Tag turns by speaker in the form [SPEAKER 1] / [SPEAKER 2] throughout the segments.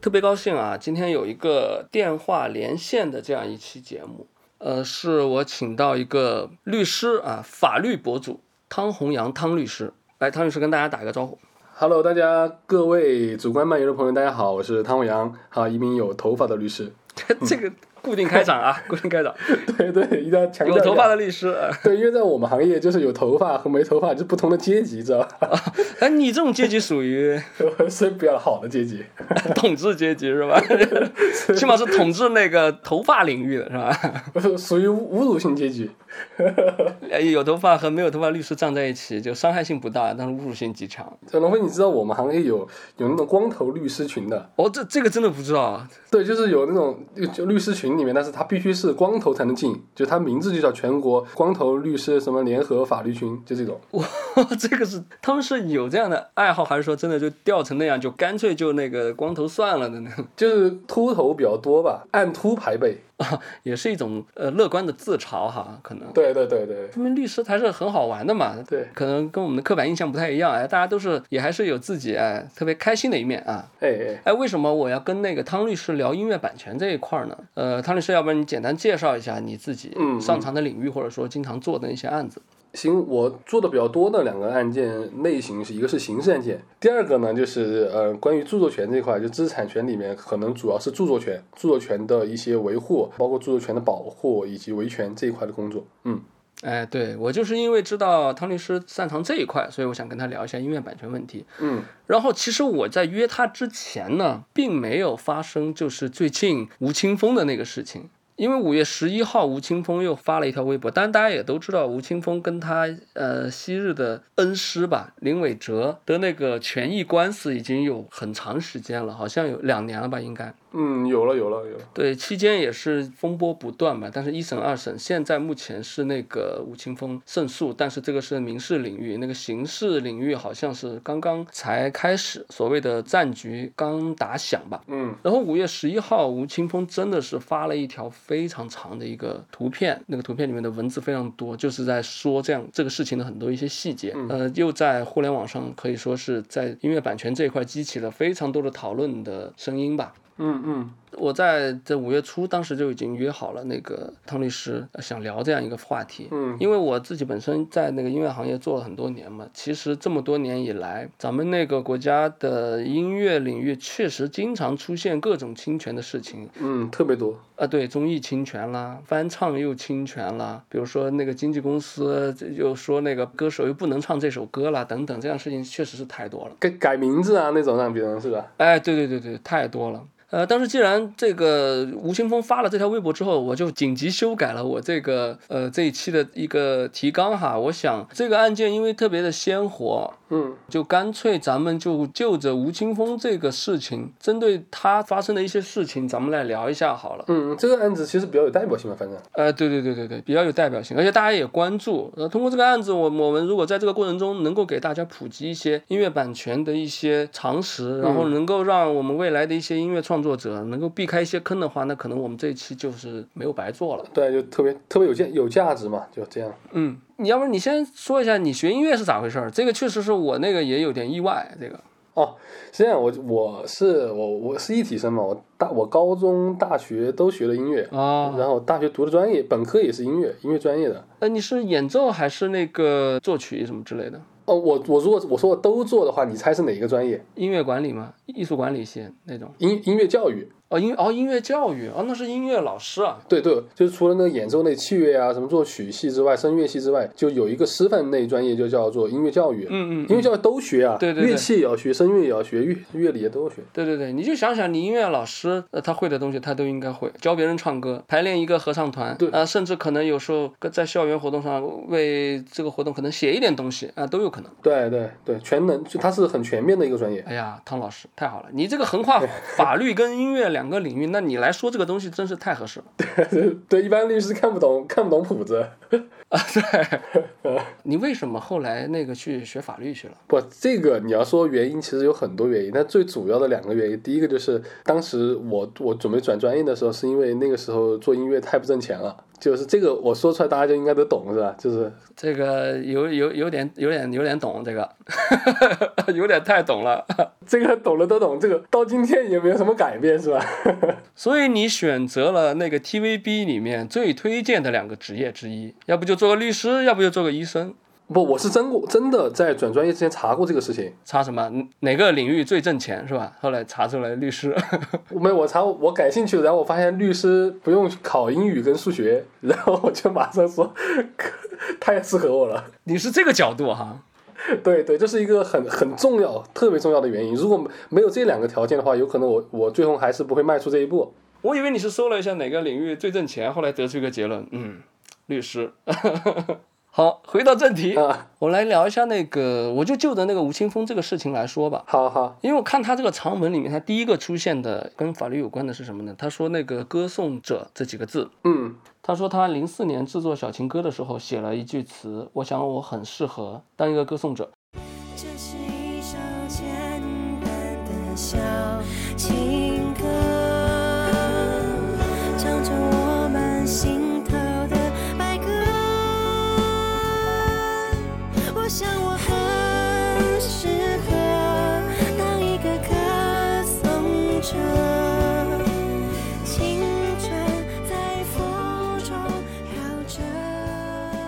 [SPEAKER 1] 特别高兴啊！今天有一个电话连线的这样一期节目，呃，是我请到一个律师啊，法律博主汤弘洋汤律师。来，汤律师跟大家打个招呼。
[SPEAKER 2] Hello，大家各位主观漫游的朋友，大家好，我是汤伟阳，哈，一名有头发的律师。
[SPEAKER 1] 这个固定开场啊，固定开场，
[SPEAKER 2] 对对，一定要强
[SPEAKER 1] 有
[SPEAKER 2] 调一下
[SPEAKER 1] 头发的律师。啊
[SPEAKER 2] 对，因为在我们行业，就是有头发和没头发就是不同的阶级，知道吧？
[SPEAKER 1] 哎，你这种阶级属于
[SPEAKER 2] 所以比较好的阶级。
[SPEAKER 1] 统治阶级是吧？ 起码是统治那个头发领域的是吧？
[SPEAKER 2] 属于侮辱性阶级。
[SPEAKER 1] 哎有头发和没有头发律师站在一起，就伤害性不大，但是侮辱性极强。
[SPEAKER 2] 小龙飞，你知道我们行业有有那种光头律师群的，
[SPEAKER 1] 哦，这这个真的不知道啊，
[SPEAKER 2] 对，就是有那种就律师群里面，但是他必须是光头才能进，就他名字就叫全国光头律师什么联合法律群，就这种。
[SPEAKER 1] 哇， 这个是他们是有这样的爱好，还是说真的就掉成那样，就干脆就那个光头算了的呢？
[SPEAKER 2] 就是秃头比较多吧，按秃排辈。
[SPEAKER 1] 啊， 也是一种呃乐观的自嘲哈，可能。
[SPEAKER 2] 对对对对
[SPEAKER 1] 他们律师还是很好玩的嘛，
[SPEAKER 2] 对，
[SPEAKER 1] 可能跟我们的刻板印象不太一样，哎，大家都是也还是有自己哎特别开心的一面啊。
[SPEAKER 2] 哎哎，
[SPEAKER 1] 哎，为什么我要跟那个汤律师聊音乐版权这一块儿呢？呃，汤律师，要不然你简单介绍一下你自己
[SPEAKER 2] 嗯嗯
[SPEAKER 1] 擅长的领域，或者说经常做的一些案子。
[SPEAKER 2] 行，我做的比较多的两个案件类型是一个是刑事案件，第二个呢就是呃关于著作权这块，就知识产权里面可能主要是著作权、著作权的一些维护，包括著作权的保护以及维权这一块的工作。嗯，
[SPEAKER 1] 哎，对我就是因为知道汤律师擅长这一块，所以我想跟他聊一下音乐版权问题。
[SPEAKER 2] 嗯，
[SPEAKER 1] 然后其实我在约他之前呢，并没有发生就是最近吴青峰的那个事情，因为五月十一号吴青峰又发了一条微博，当然大家也都知道吴青峰跟他呃昔日的恩师吧林伟哲的那个权益官司已经有很长时间了，好像有两年了吧，应该。
[SPEAKER 2] 嗯，有了有了有了。
[SPEAKER 1] 对，期间也是风波不断吧，但是一审、二审现在目前是那个吴青峰胜诉，但是这个是民事领域，那个刑事领域好像是刚刚才开始，所谓的战局刚打响吧。
[SPEAKER 2] 嗯
[SPEAKER 1] 然后五月十一号，吴青峰真的是发了一条非常长的一个图片，那个图片里面的文字非常多，就是在说这样这个事情的很多一些细节。呃，又在互联网上可以说是在音乐版权这一块激起了非常多的讨论的声音吧。
[SPEAKER 2] 嗯嗯，
[SPEAKER 1] 我在这五月初，当时就已经约好了那个汤律师，呃想聊这样一个话题。
[SPEAKER 2] 嗯，
[SPEAKER 1] 因为我自己本身在那个音乐行业做了很多年嘛，其实这么多年以来，咱们那个国家的音乐领域确实经常出现各种侵权的事情。
[SPEAKER 2] 嗯，特别多。
[SPEAKER 1] 啊，对，综艺侵权啦，翻唱又侵权啦，比如说那个经纪公司这又说那个歌手又不能唱这首歌啦，等等，这样的事情确实是太多了。
[SPEAKER 2] 改改名字啊那种让别人是吧？
[SPEAKER 1] 哎，对对对对，太多了。呃，但是既然这个吴青峰发了这条微博之后，我就紧急修改了我这个呃这一期的一个提纲哈。我想这个案件因为特别的鲜活，
[SPEAKER 2] 嗯
[SPEAKER 1] 就干脆咱们就就着吴青峰这个事情，针对他发生的一些事情，咱们来聊一下好了。
[SPEAKER 2] 嗯，这个案子其实比较有代表性吧，反正。
[SPEAKER 1] 呃，对对对对对，比较有代表性，而且大家也关注。呃，通过这个案子，我我们如果在这个过程中能够给大家普及一些音乐版权的一些常识，然后能够让我们未来的一些音乐创作者能够避开一些坑的话，那可能我们这一期就是没有白做了。
[SPEAKER 2] 对，就特别特别有价有价值嘛，就这样。
[SPEAKER 1] 嗯，你要不然你先说一下你学音乐是咋回事儿？这个确实是我那个也有点意外，这个
[SPEAKER 2] 哦，是这样，我我是我我是一体生嘛，我大我高中大学都学了音乐，
[SPEAKER 1] 啊。
[SPEAKER 2] 然后大学读的专业本科也是音乐，音乐专业的。
[SPEAKER 1] 呃，你是演奏还是那个作曲什么之类的？
[SPEAKER 2] 哦，我我如果我说我都做的话，你猜是哪个专业？
[SPEAKER 1] 音乐管理吗？艺术管理系那种？
[SPEAKER 2] 音音乐教育。
[SPEAKER 1] 哦，音哦音乐教育哦，那是音乐老师啊。
[SPEAKER 2] 对对，就是除了那个演奏类器乐啊，什么作曲系之外，声乐系之外，就有一个师范类专业，就叫做音乐教育。
[SPEAKER 1] 嗯嗯。
[SPEAKER 2] 音乐教育都学啊，
[SPEAKER 1] 对对对
[SPEAKER 2] 乐器也要学，声乐也要学，乐乐理也都要学。
[SPEAKER 1] 对对对，你就想想，你音乐老师，呃，他会的东西他都应该会，教别人唱歌，排练一个合唱团，
[SPEAKER 2] 对
[SPEAKER 1] 啊、甚至可能有时候跟在校园活动上为这个活动可能写一点东西啊、都有可能。
[SPEAKER 2] 对对对，全能，就它是很全面的一个专业。
[SPEAKER 1] 哎呀，汤老师太好了，你这个横跨法律跟音乐两个领域，那你来说这个东西真是太合适了。
[SPEAKER 2] 对，一般律师看不懂，看不懂谱子。
[SPEAKER 1] 你为什么后来那个去学法律去了？
[SPEAKER 2] 不，这个你要说原因，其实有很多原因，但最主要的两个原因，第一个就是当时我我准备转专业的时候，是因为那个时候做音乐太不挣钱了，就是这个我说出来大家就应该都懂是吧？就是
[SPEAKER 1] 这个有有有点有点有点懂这个， 有点太懂了。
[SPEAKER 2] 这个懂了都懂，这个到今天也没有什么改变是吧？
[SPEAKER 1] 所以你选择了那个 TVB 里面最推荐的两个职业之一，要不就做个律师，要不就做个医生。
[SPEAKER 2] 不，我是真过真的在转专业之前查过这个事情，
[SPEAKER 1] 查什么？哪个领域最挣钱是吧？后来查出来律师。
[SPEAKER 2] 我没有我查我感兴趣，然后我发现律师不用考英语跟数学，然后我就马上说， 太适合我了。
[SPEAKER 1] 你是这个角度哈？
[SPEAKER 2] 对对，这是一个很很重要、特别重要的原因。如果没有这两个条件的话，有可能我我最后还是不会迈出这一步。
[SPEAKER 1] 我以为你是搜了一下哪个领域最挣钱，后来得出一个结论，嗯，律师。 好，回到正题，
[SPEAKER 2] 啊
[SPEAKER 1] 我来聊一下那个，我就就着那个吴青峰这个事情来说吧。
[SPEAKER 2] 好好，
[SPEAKER 1] 因为我看他这个长文里面，他第一个出现的跟法律有关的是什么呢？他说那个“歌颂者”这几个字，
[SPEAKER 2] 嗯，
[SPEAKER 1] 他说他零四年制作小情歌的时候写了一句词，我想我很适合当一个歌颂者。
[SPEAKER 3] 这是一首简单的小情歌，唱着我们心头的白鸽。我想我很适合当一个歌颂者，青春在风中飘着。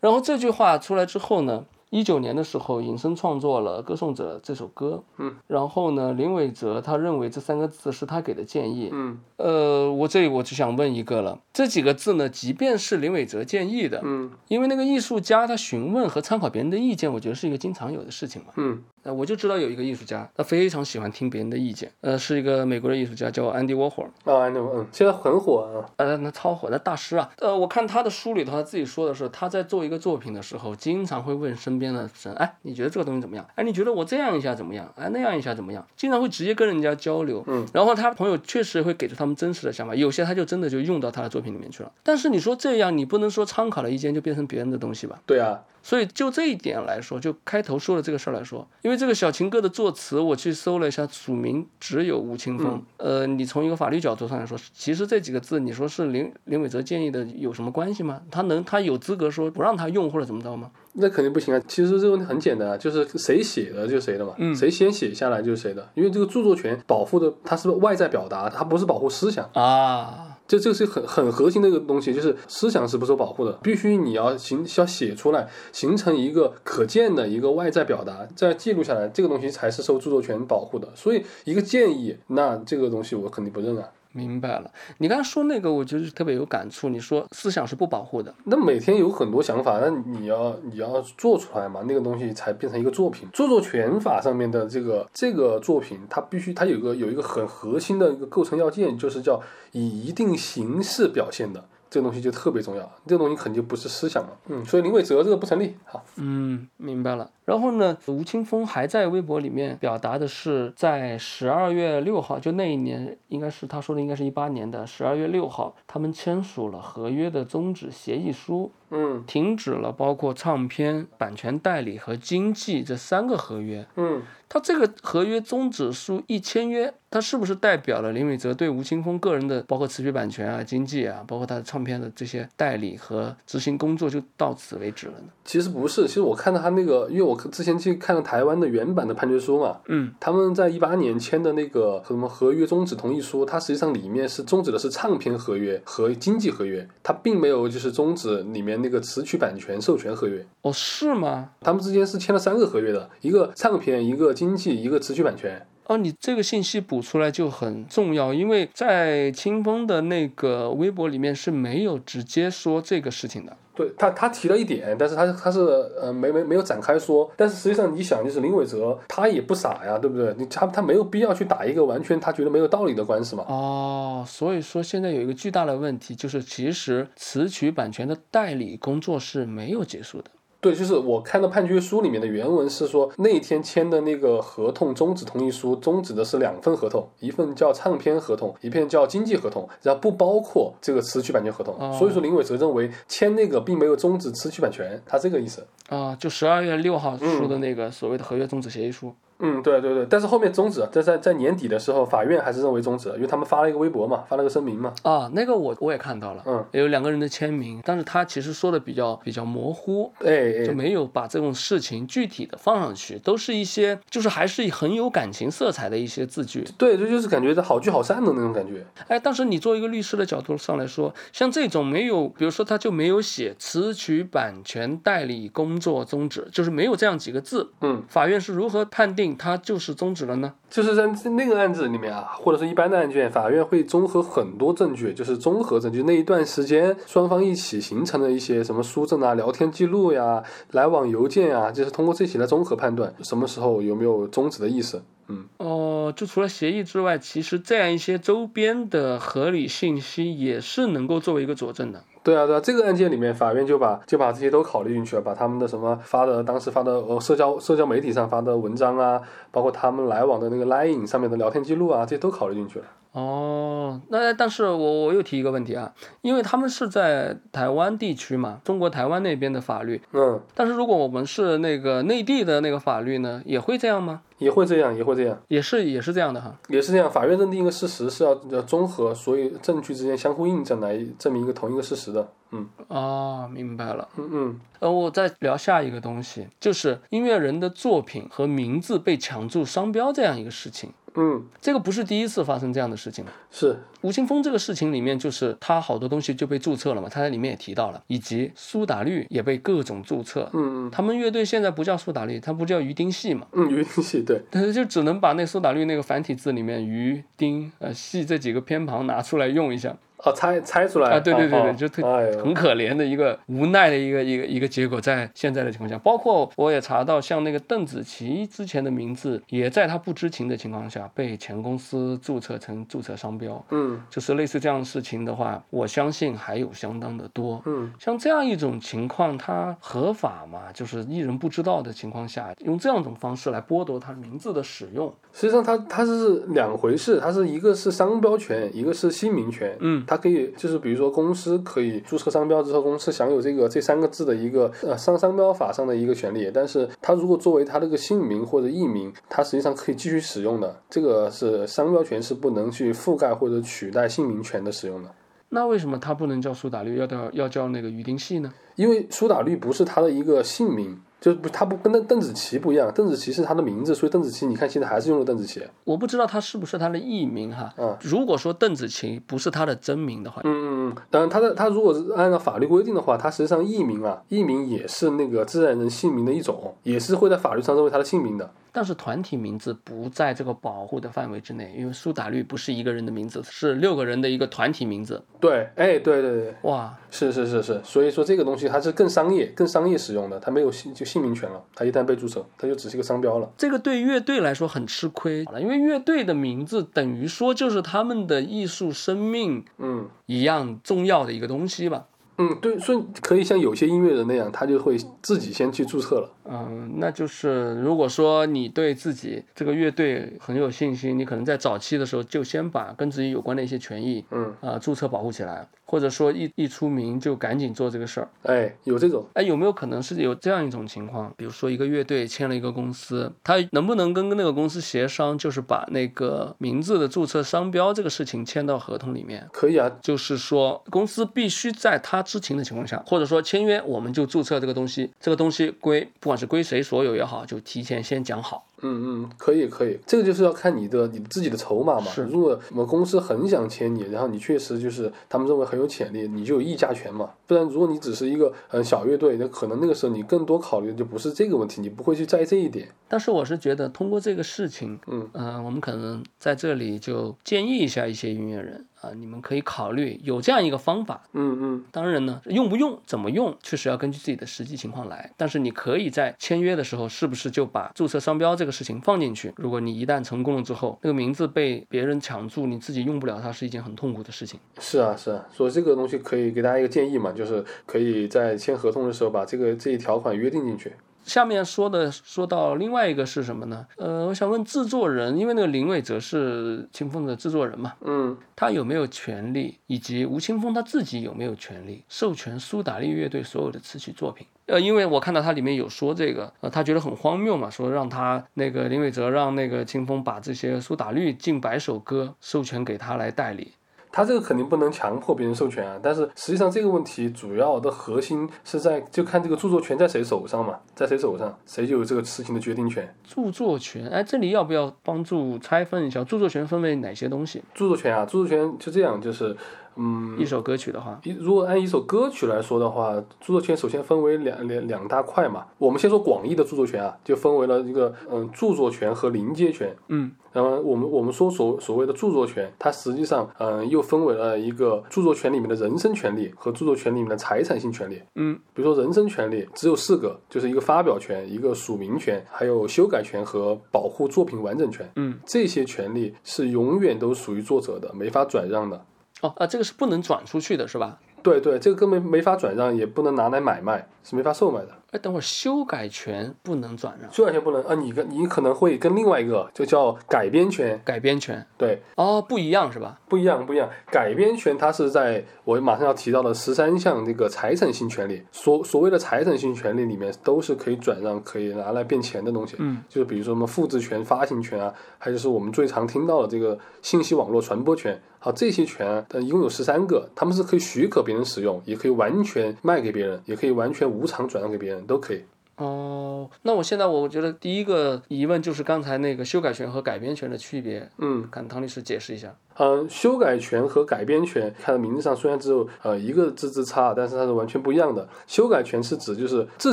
[SPEAKER 1] 然后这句话出来之后呢，一九年的时候引申创作了《歌颂者》这首歌。
[SPEAKER 2] 嗯，
[SPEAKER 1] 然后呢，林伟哲他认为这三个字是他给的建议。
[SPEAKER 2] 嗯
[SPEAKER 1] 呃，我这里我就想问一个了，这几个字呢，即便是林伟哲建议的，
[SPEAKER 2] 嗯
[SPEAKER 1] 因为那个艺术家他询问和参考别人的意见，我觉得是一个经常有的事情嘛。
[SPEAKER 2] 嗯
[SPEAKER 1] 那我就知道有一个艺术家，他非常喜欢听别人的意见，呃，是一个美国的艺术家叫安迪沃霍尔，
[SPEAKER 2] 啊，那嗯，现在很火啊，
[SPEAKER 1] 呃，那超火，那大师啊，呃，我看他的书里头，他自己说的是，他在做一个作品的时候，经常会问身边的人，哎，你觉得这个东西怎么样？哎，你觉得我这样一下怎么样？哎，那样一下怎么样？经常会直接跟人家交流，
[SPEAKER 2] 嗯，
[SPEAKER 1] 然后他朋友确实会给出他们真实的想法，有些他就真的就用到他的作品里面去了。但是你说这样，你不能说参考了意见就变成别人的东西吧？
[SPEAKER 2] 对啊，
[SPEAKER 1] 所以就这一点来说，就开头说的这个事儿来说，因为这个小情歌的作词，我去搜了一下，署名只有吴青峰。呃，你从一个法律角度上来说，其实这几个字，你说是林林伟哲建议的有什么关系吗？他能他有资格说不让他用或者怎么着吗？
[SPEAKER 2] 那肯定不行啊！其实这个问题很简单啊，就是谁写的就是谁的嘛，谁先写下来就是谁的。因为这个著作权保护的，它是外在表达，它不是保护思想。
[SPEAKER 1] 啊，
[SPEAKER 2] 这这是很很核心的一个东西，就是思想是不受保护的，必须你要形要写出来，形成一个可见的一个外在表达，再记录下来，这个东西才是受著作权保护的。所以一个建议，那这个东西我肯定不认啊。
[SPEAKER 1] 明白了。你刚才说那个，我就是特别有感触。你说思想是不保护的，
[SPEAKER 2] 那每天有很多想法，那你要你要做出来嘛，那个东西才变成一个作品。著作权法上面的这个这个作品，它必须它有一个有一个很核心的一个构成要件，就是叫以一定形式表现的。这个东西就特别重要，这个东西肯定不是思想嘛，嗯，所以林伟哲这个不成立。好，
[SPEAKER 1] 嗯，明白了。然后呢，吴青峰还在微博里面表达的是，在十二月六号，就那一年，应该是他说的，应该是一八年的十二月六号，他们签署了合约的终止协议书，
[SPEAKER 2] 嗯
[SPEAKER 1] 停止了包括唱片、版权代理和经纪这三个合约。
[SPEAKER 2] 嗯，
[SPEAKER 1] 他这个合约终止书一签约，他是不是代表了林伟哲对吴青峰个人的，包括词曲版权啊、经济啊，包括他的唱片的这些代理和执行工作就到此为止了呢？
[SPEAKER 2] 其实不是，其实我看到他那个，因为我之前去看了台湾的原版的判决书嘛，
[SPEAKER 1] 嗯，
[SPEAKER 2] 他们在一八年签的那个什么合约终止同意书，它实际上里面是终止的是唱片合约和经济合约，它并没有就是终止里面那个词曲版权授权合约。
[SPEAKER 1] 哦，是吗？
[SPEAKER 2] 他们之间是签了三个合约的，一个唱片，一个经济，一个词曲版权。
[SPEAKER 1] 哦，你这个信息补出来就很重要，因为在清风的那个微博里面是没有直接说这个事情的。
[SPEAKER 2] 对他，他提了一点，但是他他是呃没没没有展开说，但是实际上你想，就是林伟哲他也不傻呀，对不对？你他他没有必要去打一个完全他觉得没有道理的官司嘛。
[SPEAKER 1] 哦，所以说现在有一个巨大的问题，就是其实词曲版权的代理工作是没有结束的。
[SPEAKER 2] 对，就是我看到判决书里面的原文是说，那天签的那个合同终止同意书，终止的是两份合同，一份叫唱片合同，一份叫经济合同，然后不包括这个词曲版权合同。
[SPEAKER 1] 哦
[SPEAKER 2] 所以说，林伟哲认为签那个并没有终止词曲版权，他这个意思。
[SPEAKER 1] 啊、就十二月六号出的那个所谓的合约终止协议书。
[SPEAKER 2] 嗯，对对对，但是后面终止了，在在在年底的时候，法院还是认为终止了，因为他们发了一个微博嘛，发了个声明嘛。
[SPEAKER 1] 啊，那个我我也看到了，
[SPEAKER 2] 嗯，
[SPEAKER 1] 有两个人的签名，但是他其实说的比较比较模糊，
[SPEAKER 2] 哎
[SPEAKER 1] 就
[SPEAKER 2] 哎，
[SPEAKER 1] 没有把这种事情具体的放上去，都是一些就是还是很有感情色彩的一些字句。
[SPEAKER 2] 对，这就是感觉好聚好散的那种感觉。
[SPEAKER 1] 哎，但是你作为一个律师的角度上来说，像这种没有，比如说他就没有写辞取版权代理工作终止，就是没有这样几个字，
[SPEAKER 2] 嗯，
[SPEAKER 1] 法院是如何判定他就是终止了呢？
[SPEAKER 2] 就是在那个案子里面啊，或者是一般的案卷，法院会综合很多证据，就是综合证据那一段时间双方一起形成的一些什么书证啊、聊天记录呀、来往邮件啊，就是通过这些来综合判断什么时候有没有终止的意思。嗯，
[SPEAKER 1] 哦，就除了协议之外，其实这样一些周边的合理信息也是能够作为一个佐证的。
[SPEAKER 2] 对啊，对啊，这个案件里面，法院就把就把这些都考虑进去了，把他们的什么发的当时发的呃社交社交媒体上发的文章啊，包括他们来往的那个 Line 上面的聊天记录啊，这些都考虑进去了。
[SPEAKER 1] 哦，那但是我我又提一个问题啊，因为他们是在台湾地区嘛，中国台湾那边的法律，
[SPEAKER 2] 嗯，
[SPEAKER 1] 但是如果我们是那个内地的那个法律呢，也会这样吗？
[SPEAKER 2] 也会这样，也会这样。
[SPEAKER 1] 也是也是这样的哈。
[SPEAKER 2] 也是这样，法院认定一个事实是要要综合所有证据之间相互印证来证明一个同一个事实的。嗯
[SPEAKER 1] 哦，明白了。
[SPEAKER 2] 嗯嗯，
[SPEAKER 1] 呃，我再聊下一个东西，就是音乐人的作品和名字被抢注商标这样一个事情，
[SPEAKER 2] 嗯，
[SPEAKER 1] 这个不是第一次发生这样的事情了。
[SPEAKER 2] 是
[SPEAKER 1] 吴青峰这个事情里面，就是他好多东西就被注册了嘛，他在里面也提到了，以及苏打绿也被各种注册。
[SPEAKER 2] 嗯嗯
[SPEAKER 1] 他们乐队现在不叫苏打绿，它不叫鱼丁戏嘛，
[SPEAKER 2] 嗯，有一定系对，
[SPEAKER 1] 但是就只能把那苏打绿那个繁体字里面鱼丁呃戏这几个偏旁拿出来用一下
[SPEAKER 2] 哦，猜猜出来
[SPEAKER 1] 啊，对对对
[SPEAKER 2] 哦
[SPEAKER 1] 对，
[SPEAKER 2] 哦
[SPEAKER 1] 就特
[SPEAKER 2] 哎
[SPEAKER 1] 很
[SPEAKER 2] 呦，
[SPEAKER 1] 可怜的一个无奈的一个一个一个结果，在现在的情况下，包括我也查到，像那个邓紫棋之前的名字，也在她不知情的情况下被前公司注册成注册商标，
[SPEAKER 2] 嗯
[SPEAKER 1] 就是类似这样的事情的话，我相信还有相当的多。
[SPEAKER 2] 嗯，
[SPEAKER 1] 像这样一种情况，它合法吗？就是艺人不知道的情况下，用这样一种方式来剥夺他名字的使用。
[SPEAKER 2] 实际上它它是两回事，它是一个是商标权，一个是姓名权。
[SPEAKER 1] 嗯
[SPEAKER 2] 它可以就是比如说公司可以注册商标之后，公司享有这个这三个字的一个呃商商标法上的一个权利，但是它如果作为它这个姓名或者艺名，它实际上可以继续使用的，这个是商标权是不能去覆盖或者取代姓名权的使用的。
[SPEAKER 1] 那为什么他不能叫苏打绿，要叫要叫那个于丁戏呢？
[SPEAKER 2] 因为苏打绿不是他的一个姓名，就是不他不跟邓邓紫棋不一样，邓紫棋是他的名字，所以邓紫棋你看现在还是用了邓紫棋。
[SPEAKER 1] 我不知道他是不是他的艺名哈。
[SPEAKER 2] 嗯
[SPEAKER 1] 如果说邓紫棋不是他的真名的话，
[SPEAKER 2] 嗯，嗯嗯，当然，他的他如果是按照法律规定的话，他实际上艺名啊，艺名也是那个自然人姓名的一种，也是会在法律上认为他的姓名的。
[SPEAKER 1] 但是团体名字不在这个保护的范围之内，因为苏打绿不是一个人的名字，是六个人的一个团体名字。
[SPEAKER 2] 对，哎，对对对，
[SPEAKER 1] 哇，
[SPEAKER 2] 是是是是，所以说这个东西它是更商业、更商业使用的，它没有姓就姓名权了，它一旦被注册，它就只是一个商标了。
[SPEAKER 1] 这个对乐队来说很吃亏，因为乐队的名字等于说就是他们的艺术生命
[SPEAKER 2] 嗯
[SPEAKER 1] 一样重要的一个东西吧。
[SPEAKER 2] 嗯，对，所以可以像有些音乐人那样，他就会自己先去注册了。
[SPEAKER 1] 嗯，那就是如果说你对自己这个乐队很有信心，你可能在早期的时候就先把跟自己有关的一些权益
[SPEAKER 2] 嗯，
[SPEAKER 1] 啊、注册保护起来，或者说一一出名就赶紧做这个事儿。
[SPEAKER 2] 哎，有这种，
[SPEAKER 1] 哎，有没有可能是有这样一种情况？比如说一个乐队签了一个公司，他能不能跟那个公司协商，就是把那个名字的注册商标这个事情签到合同里面？
[SPEAKER 2] 可以啊，
[SPEAKER 1] 就是说，公司必须在他知情的情况下，或者说签约，我们就注册这个东西，这个东西归不管是归谁所有也好，就提前先讲好。
[SPEAKER 2] 嗯嗯，可以可以，这个就是要看你的你自己的筹码嘛
[SPEAKER 1] 是。
[SPEAKER 2] 如果我们公司很想签你，然后你确实就是他们认为很有潜力，你就有议价权嘛。不然，如果你只是一个嗯小乐队，那可能那个时候你更多考虑的就不是这个问题，你不会去在意这一点。
[SPEAKER 1] 但是我是觉得，通过这个事情，
[SPEAKER 2] 嗯
[SPEAKER 1] 呃，我们可能在这里就建议一下一些音乐人啊、你们可以考虑有这样一个方法，
[SPEAKER 2] 嗯嗯
[SPEAKER 1] 当然呢，用不用、怎么用，确实要根据自己的实际情况来。但是你可以在签约的时候，是不是就把注册商标这个事情放进去？如果你一旦成功了之后，那个名字被别人抢注，你自己用不了它，是一件很痛苦的事情。
[SPEAKER 2] 是啊是啊，所以这个东西可以给大家一个建议嘛，就是可以在签合同的时候把这个这一条款约定进去。
[SPEAKER 1] 下面说的说到另外一个是什么呢？呃，我想问制作人，因为那个林伟哲是清风的制作人嘛，
[SPEAKER 2] 嗯，
[SPEAKER 1] 他有没有权利，以及吴青峰他自己有没有权利授权苏打绿乐队所有的词曲作品？呃，因为我看到他里面有说这个，呃，他觉得很荒谬嘛，说让他那个林伟哲让那个清风把这些苏打绿近百首歌授权给他来代理。
[SPEAKER 2] 他这个肯定不能强迫别人授权啊，但是实际上这个问题主要的核心是在就看这个著作权在谁手上嘛，在谁手上，谁就有这个事情的决定权。
[SPEAKER 1] 著作权，哎，这里要不要帮助拆分一下？著作权分为哪些东西？
[SPEAKER 2] 著作权啊，著作权就这样，就是嗯，
[SPEAKER 1] 一首歌曲的话，
[SPEAKER 2] 一如果按一首歌曲来说的话，著作权首先分为两两两大块嘛。我们先说广义的著作权啊，就分为了一个嗯著作权和临界权。
[SPEAKER 1] 嗯，
[SPEAKER 2] 那么我们我们说所所谓的著作权，它实际上嗯、呃又分为了一个著作权里面的人身权利和著作权里面的财产性权利。
[SPEAKER 1] 嗯，
[SPEAKER 2] 比如说人身权利只有四个，就是一个发表权、一个署名权、还有修改权和保护作品完整权。
[SPEAKER 1] 嗯，
[SPEAKER 2] 这些权利是永远都属于作者的，没法转让的。
[SPEAKER 1] 哦，啊，这个是不能转出去的，是吧？
[SPEAKER 2] 对对，这个根本没法转让，也不能拿来买卖，是没法售卖的。
[SPEAKER 1] 哎，等会儿修改权不能转让，
[SPEAKER 2] 修改权不能啊，你跟你可能会跟另外一个就叫改编权，
[SPEAKER 1] 改编权
[SPEAKER 2] 对，
[SPEAKER 1] 哦不一样是吧？
[SPEAKER 2] 不一样不一样。改编权它是在我马上要提到的十三项这个财产性权利，所所谓的财产性权利里面都是可以转让、可以拿来变钱的东西。
[SPEAKER 1] 嗯，
[SPEAKER 2] 就是比如说什么复制权、发行权啊，还有就是我们最常听到的这个信息网络传播权。好，这些权呃一共有十三个，他们是可以许可别人使用，也可以完全卖给别人，也可以完全无偿转让给别人，都可以。
[SPEAKER 1] 哦，那我现在我觉得第一个疑问就是刚才那个修改权和改编权的区别，
[SPEAKER 2] 嗯，
[SPEAKER 1] 看唐律师解释一下。
[SPEAKER 2] 嗯，修改权和改编权，看名字上虽然只有呃一个字之差，但是它是完全不一样的。修改权是指就是自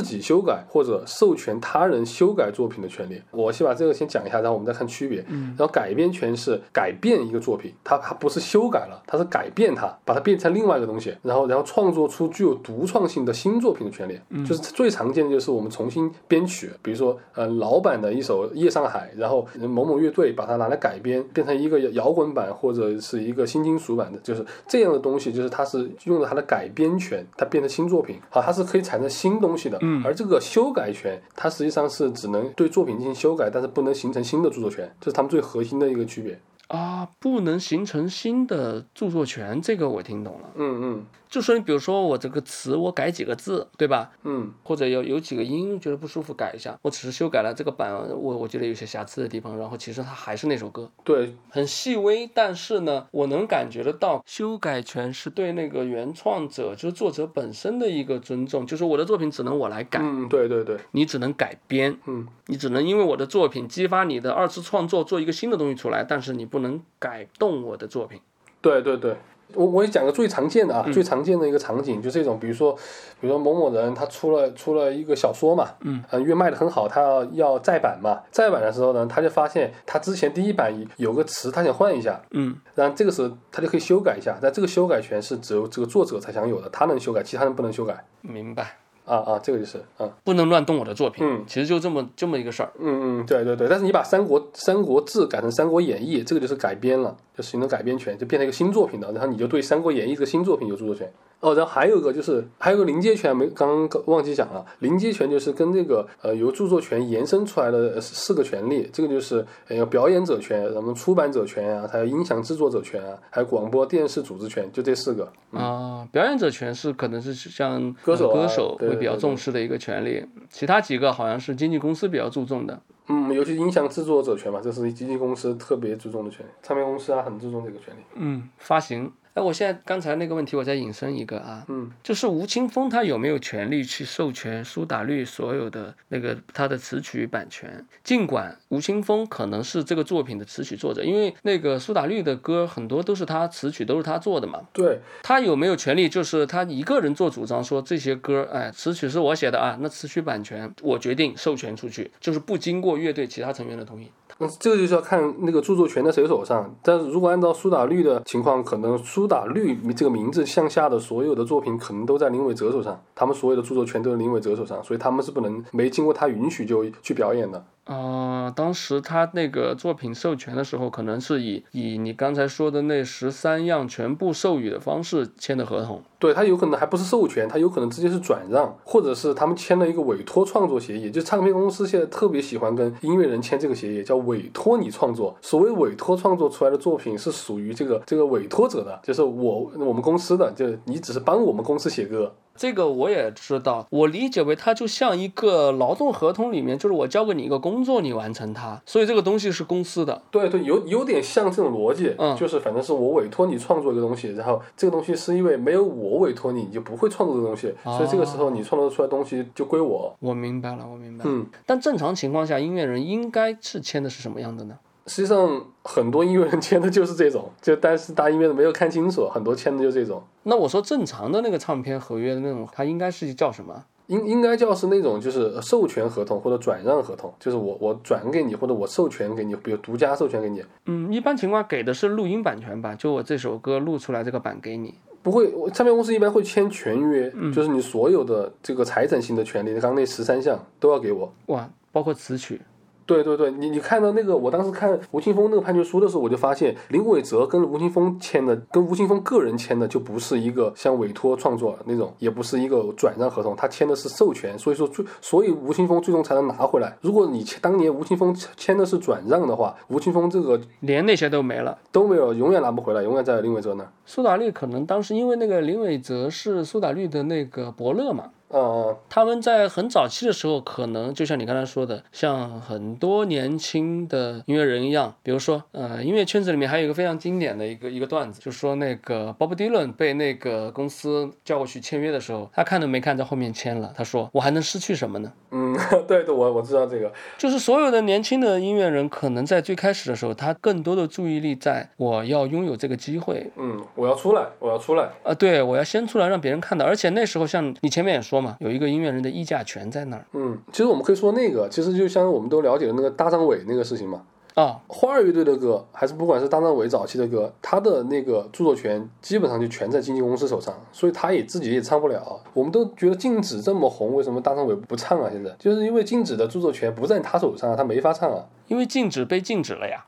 [SPEAKER 2] 己修改或者授权他人修改作品的权利。我先把这个先讲一下，然后我们再看区别。
[SPEAKER 1] 嗯
[SPEAKER 2] 然后改编权是改变一个作品，它它不是修改了，它是改变它，把它变成另外一个东西，然后然后创作出具有独创性的新作品的权利。
[SPEAKER 1] 嗯
[SPEAKER 2] 就是最常见的就是我们重新编曲，比如说呃老版的一首《夜上海》，然后某某乐队把它拿来改编，变成一个摇滚版或者是一个新金属版的，就是这样的东西，就是它是用了它的改编权，它变成新作品，好，它是可以产生新东西的。
[SPEAKER 1] 嗯
[SPEAKER 2] 而这个修改权，它实际上是只能对作品进行修改，但是不能形成新的著作权，这是他们最核心的一个区别。
[SPEAKER 1] 啊，不能形成新的著作权，这个我听懂了。
[SPEAKER 2] 嗯嗯
[SPEAKER 1] 就说你比如说我这个词我改几个字，对吧？
[SPEAKER 2] 嗯
[SPEAKER 1] 或者有有几个音觉得不舒服改一下，我只是修改了这个版，我我觉得有些瑕疵的地方，然后其实它还是那首歌，
[SPEAKER 2] 对，
[SPEAKER 1] 很细微，但是呢，我能感觉得到修改权是对那个原创者，就是作者本身的一个尊重，就是我的作品只能我来改，
[SPEAKER 2] 嗯，对对对，
[SPEAKER 1] 你只能改编，
[SPEAKER 2] 嗯。
[SPEAKER 1] 你只能因为我的作品激发你的二次创作，做一个新的东西出来，但是你不能改动我的作品。
[SPEAKER 2] 对对对，我我也讲个最常见的啊，最常见的一个场景就这种，比如说，比如说某某人他出了出了一个小说嘛，
[SPEAKER 1] 嗯，
[SPEAKER 2] 呃，因为卖的很好，他要要再版嘛，再版的时候呢，他就发现他之前第一版有个词他想换一下，
[SPEAKER 1] 嗯，
[SPEAKER 2] 然后这个时候他就可以修改一下，但这个修改权是只有这个作者才享有的，他能修改，其他人不能修改。
[SPEAKER 1] 嗯明白，
[SPEAKER 2] 啊啊，这个就是，啊，
[SPEAKER 1] 不能乱动我的作品。
[SPEAKER 2] 嗯
[SPEAKER 1] 其实就这么这么一个事儿。
[SPEAKER 2] 嗯嗯，对对对，但是你把三国《三国志》改成《三国演义》，这个就是改编了，就形成改编权，就变成一个新作品了。然后你就对《三国演义》这个新作品有著作权。哦，然后还有一个就是还有一个临界权，没刚刚忘记讲了，临界权就是跟这个呃由著作权延伸出来的呃四个权利，这个就是呃表演者权，什么出版者权啊，还有音响制作者权啊，还有广播电视组织权，就这四个。
[SPEAKER 1] 啊、表演者权是可能是像
[SPEAKER 2] 嗯歌手啊
[SPEAKER 1] 呃歌手
[SPEAKER 2] 对
[SPEAKER 1] 会比较
[SPEAKER 2] 对对
[SPEAKER 1] 重视的一个权利，其他几个好像是经纪公司比较注重的。
[SPEAKER 2] 嗯，尤其音响制作者权嘛，这是经纪公司特别注重的权利，唱片公司啊很注重这个权利。
[SPEAKER 1] 嗯，发行。哎，我现在刚才那个问题，我再引申一个啊，
[SPEAKER 2] 嗯，
[SPEAKER 1] 就是吴青峰他有没有权利去授权苏打绿所有的那个他的词曲版权？尽管吴青峰可能是这个作品的词曲作者，因为那个苏打绿的歌很多都是他词曲都是他做的嘛，
[SPEAKER 2] 对，
[SPEAKER 1] 他有没有权利就是他一个人做主张说这些歌，哎，词曲是我写的啊，那词曲版权我决定授权出去，就是不经过乐队其他成员的同意。
[SPEAKER 2] 那这个就是要看那个著作权在谁手上。但是如果按照苏打绿的情况，可能苏打绿这个名字向下的所有的作品，可能都在林伟哲手上，他们所有的著作权都在林伟哲手上，所以他们是不能没经过他允许就去表演的。
[SPEAKER 1] 啊，当时他那个作品授权的时候，可能是以以你刚才说的那十三样全部授予的方式签的合同。
[SPEAKER 2] 对他有可能还不是授权，他有可能直接是转让，或者是他们签了一个委托创作协议，就唱片公司现在特别喜欢跟音乐人签这个协议，叫委托你创作。所谓委托创作出来的作品是属于这个这个委托者的，就是我我们公司的，就是你只是帮我们公司写歌。
[SPEAKER 1] 这个我也知道，我理解为它就像一个劳动合同里面，就是我交给你一个工作，你完成它，所以这个东西是公司的。
[SPEAKER 2] 对对，有有点像这种逻辑，
[SPEAKER 1] 嗯
[SPEAKER 2] 就是反正是我委托你创作一个东西，然后这个东西是因为没有我委托你，你就不会创作这个东西，所以这个时候你创作出来的东西就归我。
[SPEAKER 1] 我明白了，我明白了。
[SPEAKER 2] 嗯，
[SPEAKER 1] 但正常情况下，音乐人应该是签的是什么样的呢？
[SPEAKER 2] 实际上很多音乐人签的就是这种，就但是大家音乐人没有看清楚，很多签的就这种。
[SPEAKER 1] 那我说正常的那个唱片合约的那种，它应该是叫什么？
[SPEAKER 2] 应应该叫是那种就是授权合同或者转让合同，就是我我转给你或者我授权给你，比如独家授权给你，
[SPEAKER 1] 嗯，一般情况给的是录音版权吧，就我这首歌录出来这个版给你。
[SPEAKER 2] 不会，我唱片公司一般会签全约，就是你所有的这个财产性的权利，刚刚那十三项都要给我。
[SPEAKER 1] 哇，包括词曲，
[SPEAKER 2] 对对对，你你看到那个，我当时看吴青峰那个判决书的时候，我就发现林伟哲跟吴青峰签的，跟吴青峰个人签的就不是一个像委托创作那种，也不是一个转让合同，他签的是授权，所以说最所以吴青峰最终才能拿回来。如果你签当年吴青峰签的是转让的话，吴青峰这个
[SPEAKER 1] 连那些都没了。
[SPEAKER 2] 都没有，永远拿不回来，永远在林伟哲那儿。
[SPEAKER 1] 苏打绿可能当时因为那个林伟哲是苏打绿的那个伯乐嘛，
[SPEAKER 2] 嗯、
[SPEAKER 1] 他们在很早期的时候，可能就像你刚才说的，像很多年轻的音乐人一样，比如说，呃，音乐圈子里面还有一个非常经典的一个一个段子，就说那个 Bob Dylan 被那个公司叫过去签约的时候，他看都没看，在后面签了。他说：“我还能失去什么呢
[SPEAKER 2] 嗯， 对对，我我知道这个，？”
[SPEAKER 1] 就是所有的年轻的音乐人，可能在最开始的时候，他更多的注意力在我要拥有这个机会，
[SPEAKER 2] 嗯，我要出来，我要出来，
[SPEAKER 1] 啊，对我要先出来让别人看到。而且那时候，像你前面也说嘛，有一个音乐人的议价权在那儿
[SPEAKER 2] 嗯，其实我们可以说那个，其实就像我们都了解的那个大张伟那个事情嘛，
[SPEAKER 1] 啊、
[SPEAKER 2] 花儿乐队的歌，还是不管是大张伟早期的歌，他的那个著作权基本上就全在经纪公司手上，所以他也自己也唱不了。我们都觉得静止这么红，为什么大张伟不唱啊？现在 就是因为静止的著作权不在他手上，他没法唱啊。
[SPEAKER 1] 因为禁止被禁止了呀。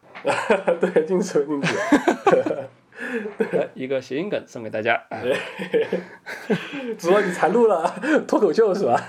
[SPEAKER 2] 对，静止静止。
[SPEAKER 1] 哎一个谐音梗送给大家。哎
[SPEAKER 2] 主要你才录了脱口秀是吧？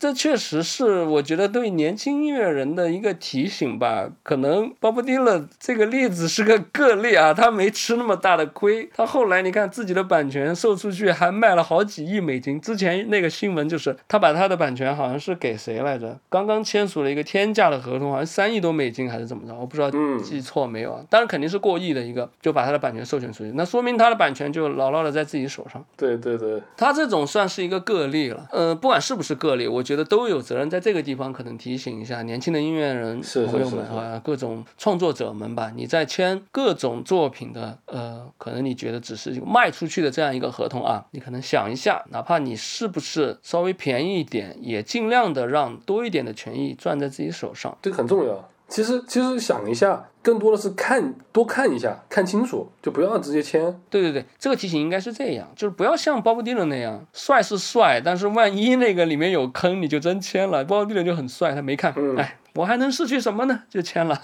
[SPEAKER 1] 这确实是我觉得对年轻音乐人的一个提醒吧。可能 Bob Dylan 这个例子是个个例啊，他没吃那么大的亏。他后来你看自己的版权售出去，还卖了好几亿美金。之前那个新闻就是他把他的版权好像是给谁来着？刚刚签署了一个天价的合同，好像三亿多美金还是怎么着？我不知道
[SPEAKER 2] 嗯
[SPEAKER 1] 记错没有啊。当然肯定是过亿的一个，就把他的版权授权出去，那说明他的版权就牢牢的在自己手上。
[SPEAKER 2] 对对对，
[SPEAKER 1] 他这种算是一个个例了，呃，不管是不是个例，我觉得都有责任在这个地方可能提醒一下年轻的音乐人
[SPEAKER 2] 是是
[SPEAKER 1] 朋友们
[SPEAKER 2] 是是
[SPEAKER 1] 啊，各种创作者们吧，你在签各种作品的，呃，可能你觉得只是卖出去的这样一个合同啊，你可能想一下，哪怕你是不是稍微便宜一点，也尽量的让多一点的权益攥在自己手上。
[SPEAKER 2] 这个很重要。其实其实想一下，更多的是看多看一下，看清楚，就不要直接签。
[SPEAKER 1] 对对对，这个提醒应该是这样，就是不要像鲍勃迪伦那样，帅是帅，但是万一那个里面有坑，你就真签了。鲍勃迪伦就很帅，他没看，
[SPEAKER 2] 嗯
[SPEAKER 1] 哎，我还能失去什么呢？就签了。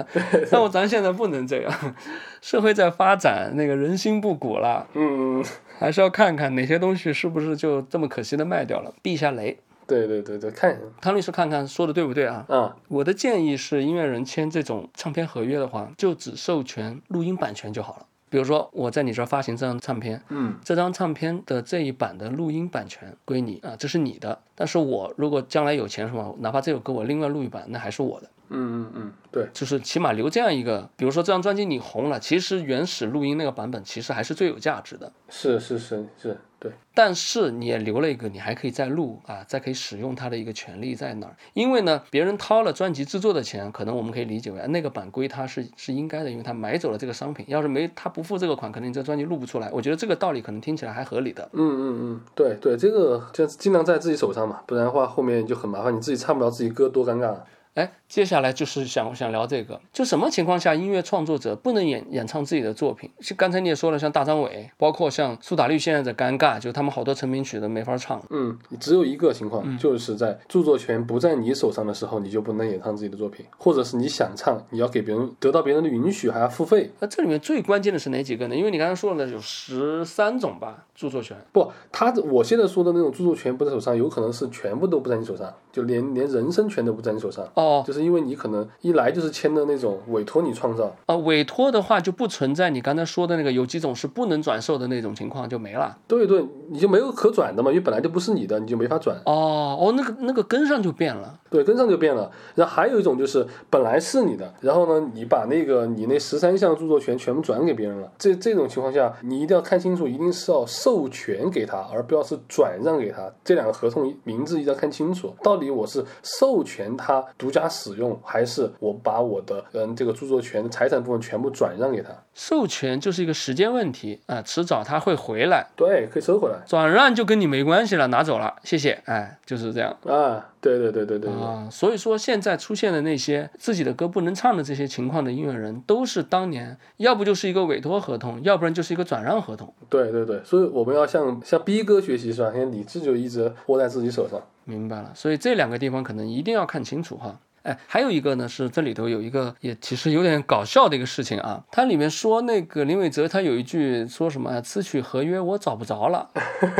[SPEAKER 1] 但我咱现在不能这样， 社会在发展，那个人心不古了，
[SPEAKER 2] 嗯，
[SPEAKER 1] 还是要看看哪些东西是不是就这么可惜的卖掉了，避一下雷。
[SPEAKER 2] 对对对对，看一下
[SPEAKER 1] 汤律师看看说的对不对啊？
[SPEAKER 2] 啊。
[SPEAKER 1] 我的建议是，音乐人签这种唱片合约的话，就只授权录音版权就好了。比如说，我在你这儿发行这张唱片，
[SPEAKER 2] 嗯，
[SPEAKER 1] 这张唱片的这一版的录音版权归你啊，这是你的。但是我如果将来有钱什么，哪怕这首歌我另外录一版，那还是我的。
[SPEAKER 2] 嗯嗯嗯，对，
[SPEAKER 1] 就是起码留这样一个，比如说这张专辑你红了，其实原始录音那个版本其实还是最有价值的。
[SPEAKER 2] 是是是是，对，
[SPEAKER 1] 但是你也留了一个，你还可以再录啊，再可以使用它的一个权利在哪儿？因为呢，别人掏了专辑制作的钱，可能我们可以理解为啊那个版归他是是应该的，因为他买走了这个商品。要是没他不付这个款，可能你这专辑录不出来。我觉得这个道理可能听起来还合理的。
[SPEAKER 2] 嗯嗯嗯，对对，这个就尽量在自己手上嘛，不然的话后面就很麻烦，你自己唱不了自己歌多尴尬啊。
[SPEAKER 1] 哎，接下来就是想想聊这个，就什么情况下音乐创作者不能演演唱自己的作品？就刚才你也说了，像大张伟，包括像苏打绿现在的尴尬，就他们好多成名曲都没法唱。
[SPEAKER 2] 嗯，只有一个情况，就是在著作权不在你手上的时候，你就不能演唱自己的作品，或者是你想唱，你要给别人得到别人的允许，还要付费。
[SPEAKER 1] 那这里面最关键的是哪几个呢？因为你刚才说了有十三种吧，著作权。
[SPEAKER 2] 不，他我现在说的那种著作权不在手上，有可能是全部都不在你手上，就连连人身权都不在你手上。
[SPEAKER 1] 哦，
[SPEAKER 2] 就是是因为你可能一来就是签的那种委托你创造，
[SPEAKER 1] 呃，委托的话就不存在你刚才说的那个有几种是不能转售的那种情况就没了。
[SPEAKER 2] 对对，你就没有可转的嘛，因为本来就不是你的，你就没法转。
[SPEAKER 1] 哦哦，那个那个跟上就变了。
[SPEAKER 2] 对，跟上就变了。然后还有一种就是本来是你的，然后呢，你把那个你那十三项著作权全部转给别人了。这这种情况下，你一定要看清楚，一定是要授权给他，而不要是转让给他。这两个合同名字一定要看清楚，到底我是授权他独家使用，还是我把我的嗯这个著作权财产部分全部转让给他？
[SPEAKER 1] 授权就是一个时间问题啊、迟早他会回来。
[SPEAKER 2] 对，可以收回来
[SPEAKER 1] 转让就跟你没关系了，拿走了，谢谢，哎，就是这样。
[SPEAKER 2] 啊！对对对对对对。
[SPEAKER 1] 啊，所以说现在出现的那些自己的歌不能唱的这些情况的音乐人，都是当年要不就是一个委托合同，要不然就是一个转让合同。
[SPEAKER 2] 对对对，所以我们要向向逼哥学习是吧？现在理智就一直握在自己手上。
[SPEAKER 1] 明白了，所以这两个地方可能一定要看清楚哈。哎，还有一个呢，是这里头有一个也其实有点搞笑的一个事情啊，它里面说那个林伟哲他有一句说什么啊，词曲合约我找不着了，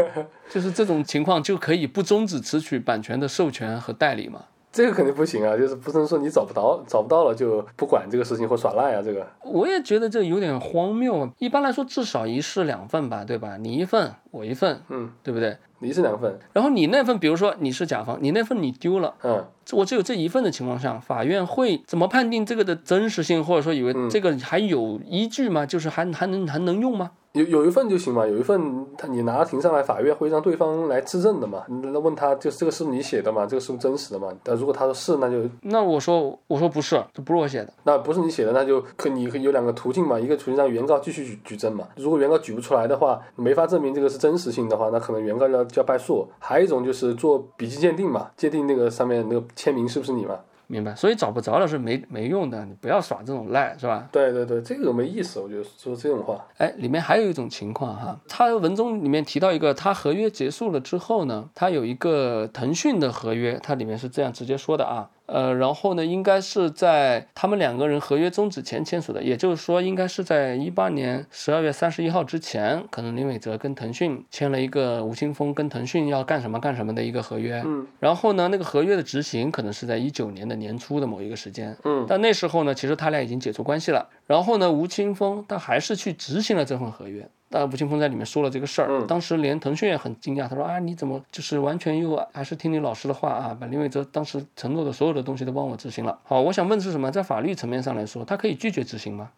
[SPEAKER 1] 就是这种情况就可以不终止词曲版权的授权和代理嘛。
[SPEAKER 2] 这个肯定不行啊，就是不能说你找不到，找不到了就不管这个事情或耍赖啊，这个
[SPEAKER 1] 我也觉得这有点荒谬啊。一般来说，至少一式两份吧，对吧？你一份，我一份，
[SPEAKER 2] 嗯，
[SPEAKER 1] 对不对？
[SPEAKER 2] 你是两份，
[SPEAKER 1] 然后你那份，比如说你是甲方，你那份你丢了，
[SPEAKER 2] 嗯，
[SPEAKER 1] 这我只有这一份的情况下，法院会怎么判定这个的真实性，或者说以为这个还有依据吗？就是还还能还能用吗？
[SPEAKER 2] 有有一份就行嘛，有一份他你拿庭上来，法院会让对方来质证的嘛，那问他就是这个是不是你写的嘛，这个是不是真实的嘛？但如果他说是，那就
[SPEAKER 1] 那我说我说不是，这不是我写的，
[SPEAKER 2] 那不是你写的，那就可你有两个途径嘛，一个途径让原告继续举举证嘛，如果原告举不出来的话，没法证明这个是真实性的话，那可能原告要就要败诉。还有一种就是做笔迹鉴定嘛，鉴定那个上面那个签名是不是你嘛。
[SPEAKER 1] 明白？所以找不着了是没没用的，你不要耍这种赖，是吧？
[SPEAKER 2] 对对对，这个没意思，我觉得说这种话，
[SPEAKER 1] 哎，里面还有一种情况哈，他文中里面提到一个，他合约结束了之后呢，他有一个腾讯的合约，它里面是这样直接说的啊，呃，然后呢，应该是在他们两个人合约终止前签署的，也就是说，应该是在一八年十二月三十一号之前，可能林伟哲跟腾讯签了一个吴青峰跟腾讯要干什么干什么的一个合约，
[SPEAKER 2] 嗯
[SPEAKER 1] 然后呢，那个合约的执行可能是在一九年的年初的某一个时间，
[SPEAKER 2] 嗯
[SPEAKER 1] 但那时候呢，其实他俩已经解除关系了。然后呢，吴青峰他还是去执行了这份合约。但吴青峰在里面说了这个事儿，
[SPEAKER 2] 嗯
[SPEAKER 1] 当时连腾讯也很惊讶，他说啊，你怎么就是完全又还是听你老师的话啊，把林伟哲当时承诺的所有的东西都帮我执行了。好，我想问的是什么？在法律层面上来说，他可以拒绝执行吗？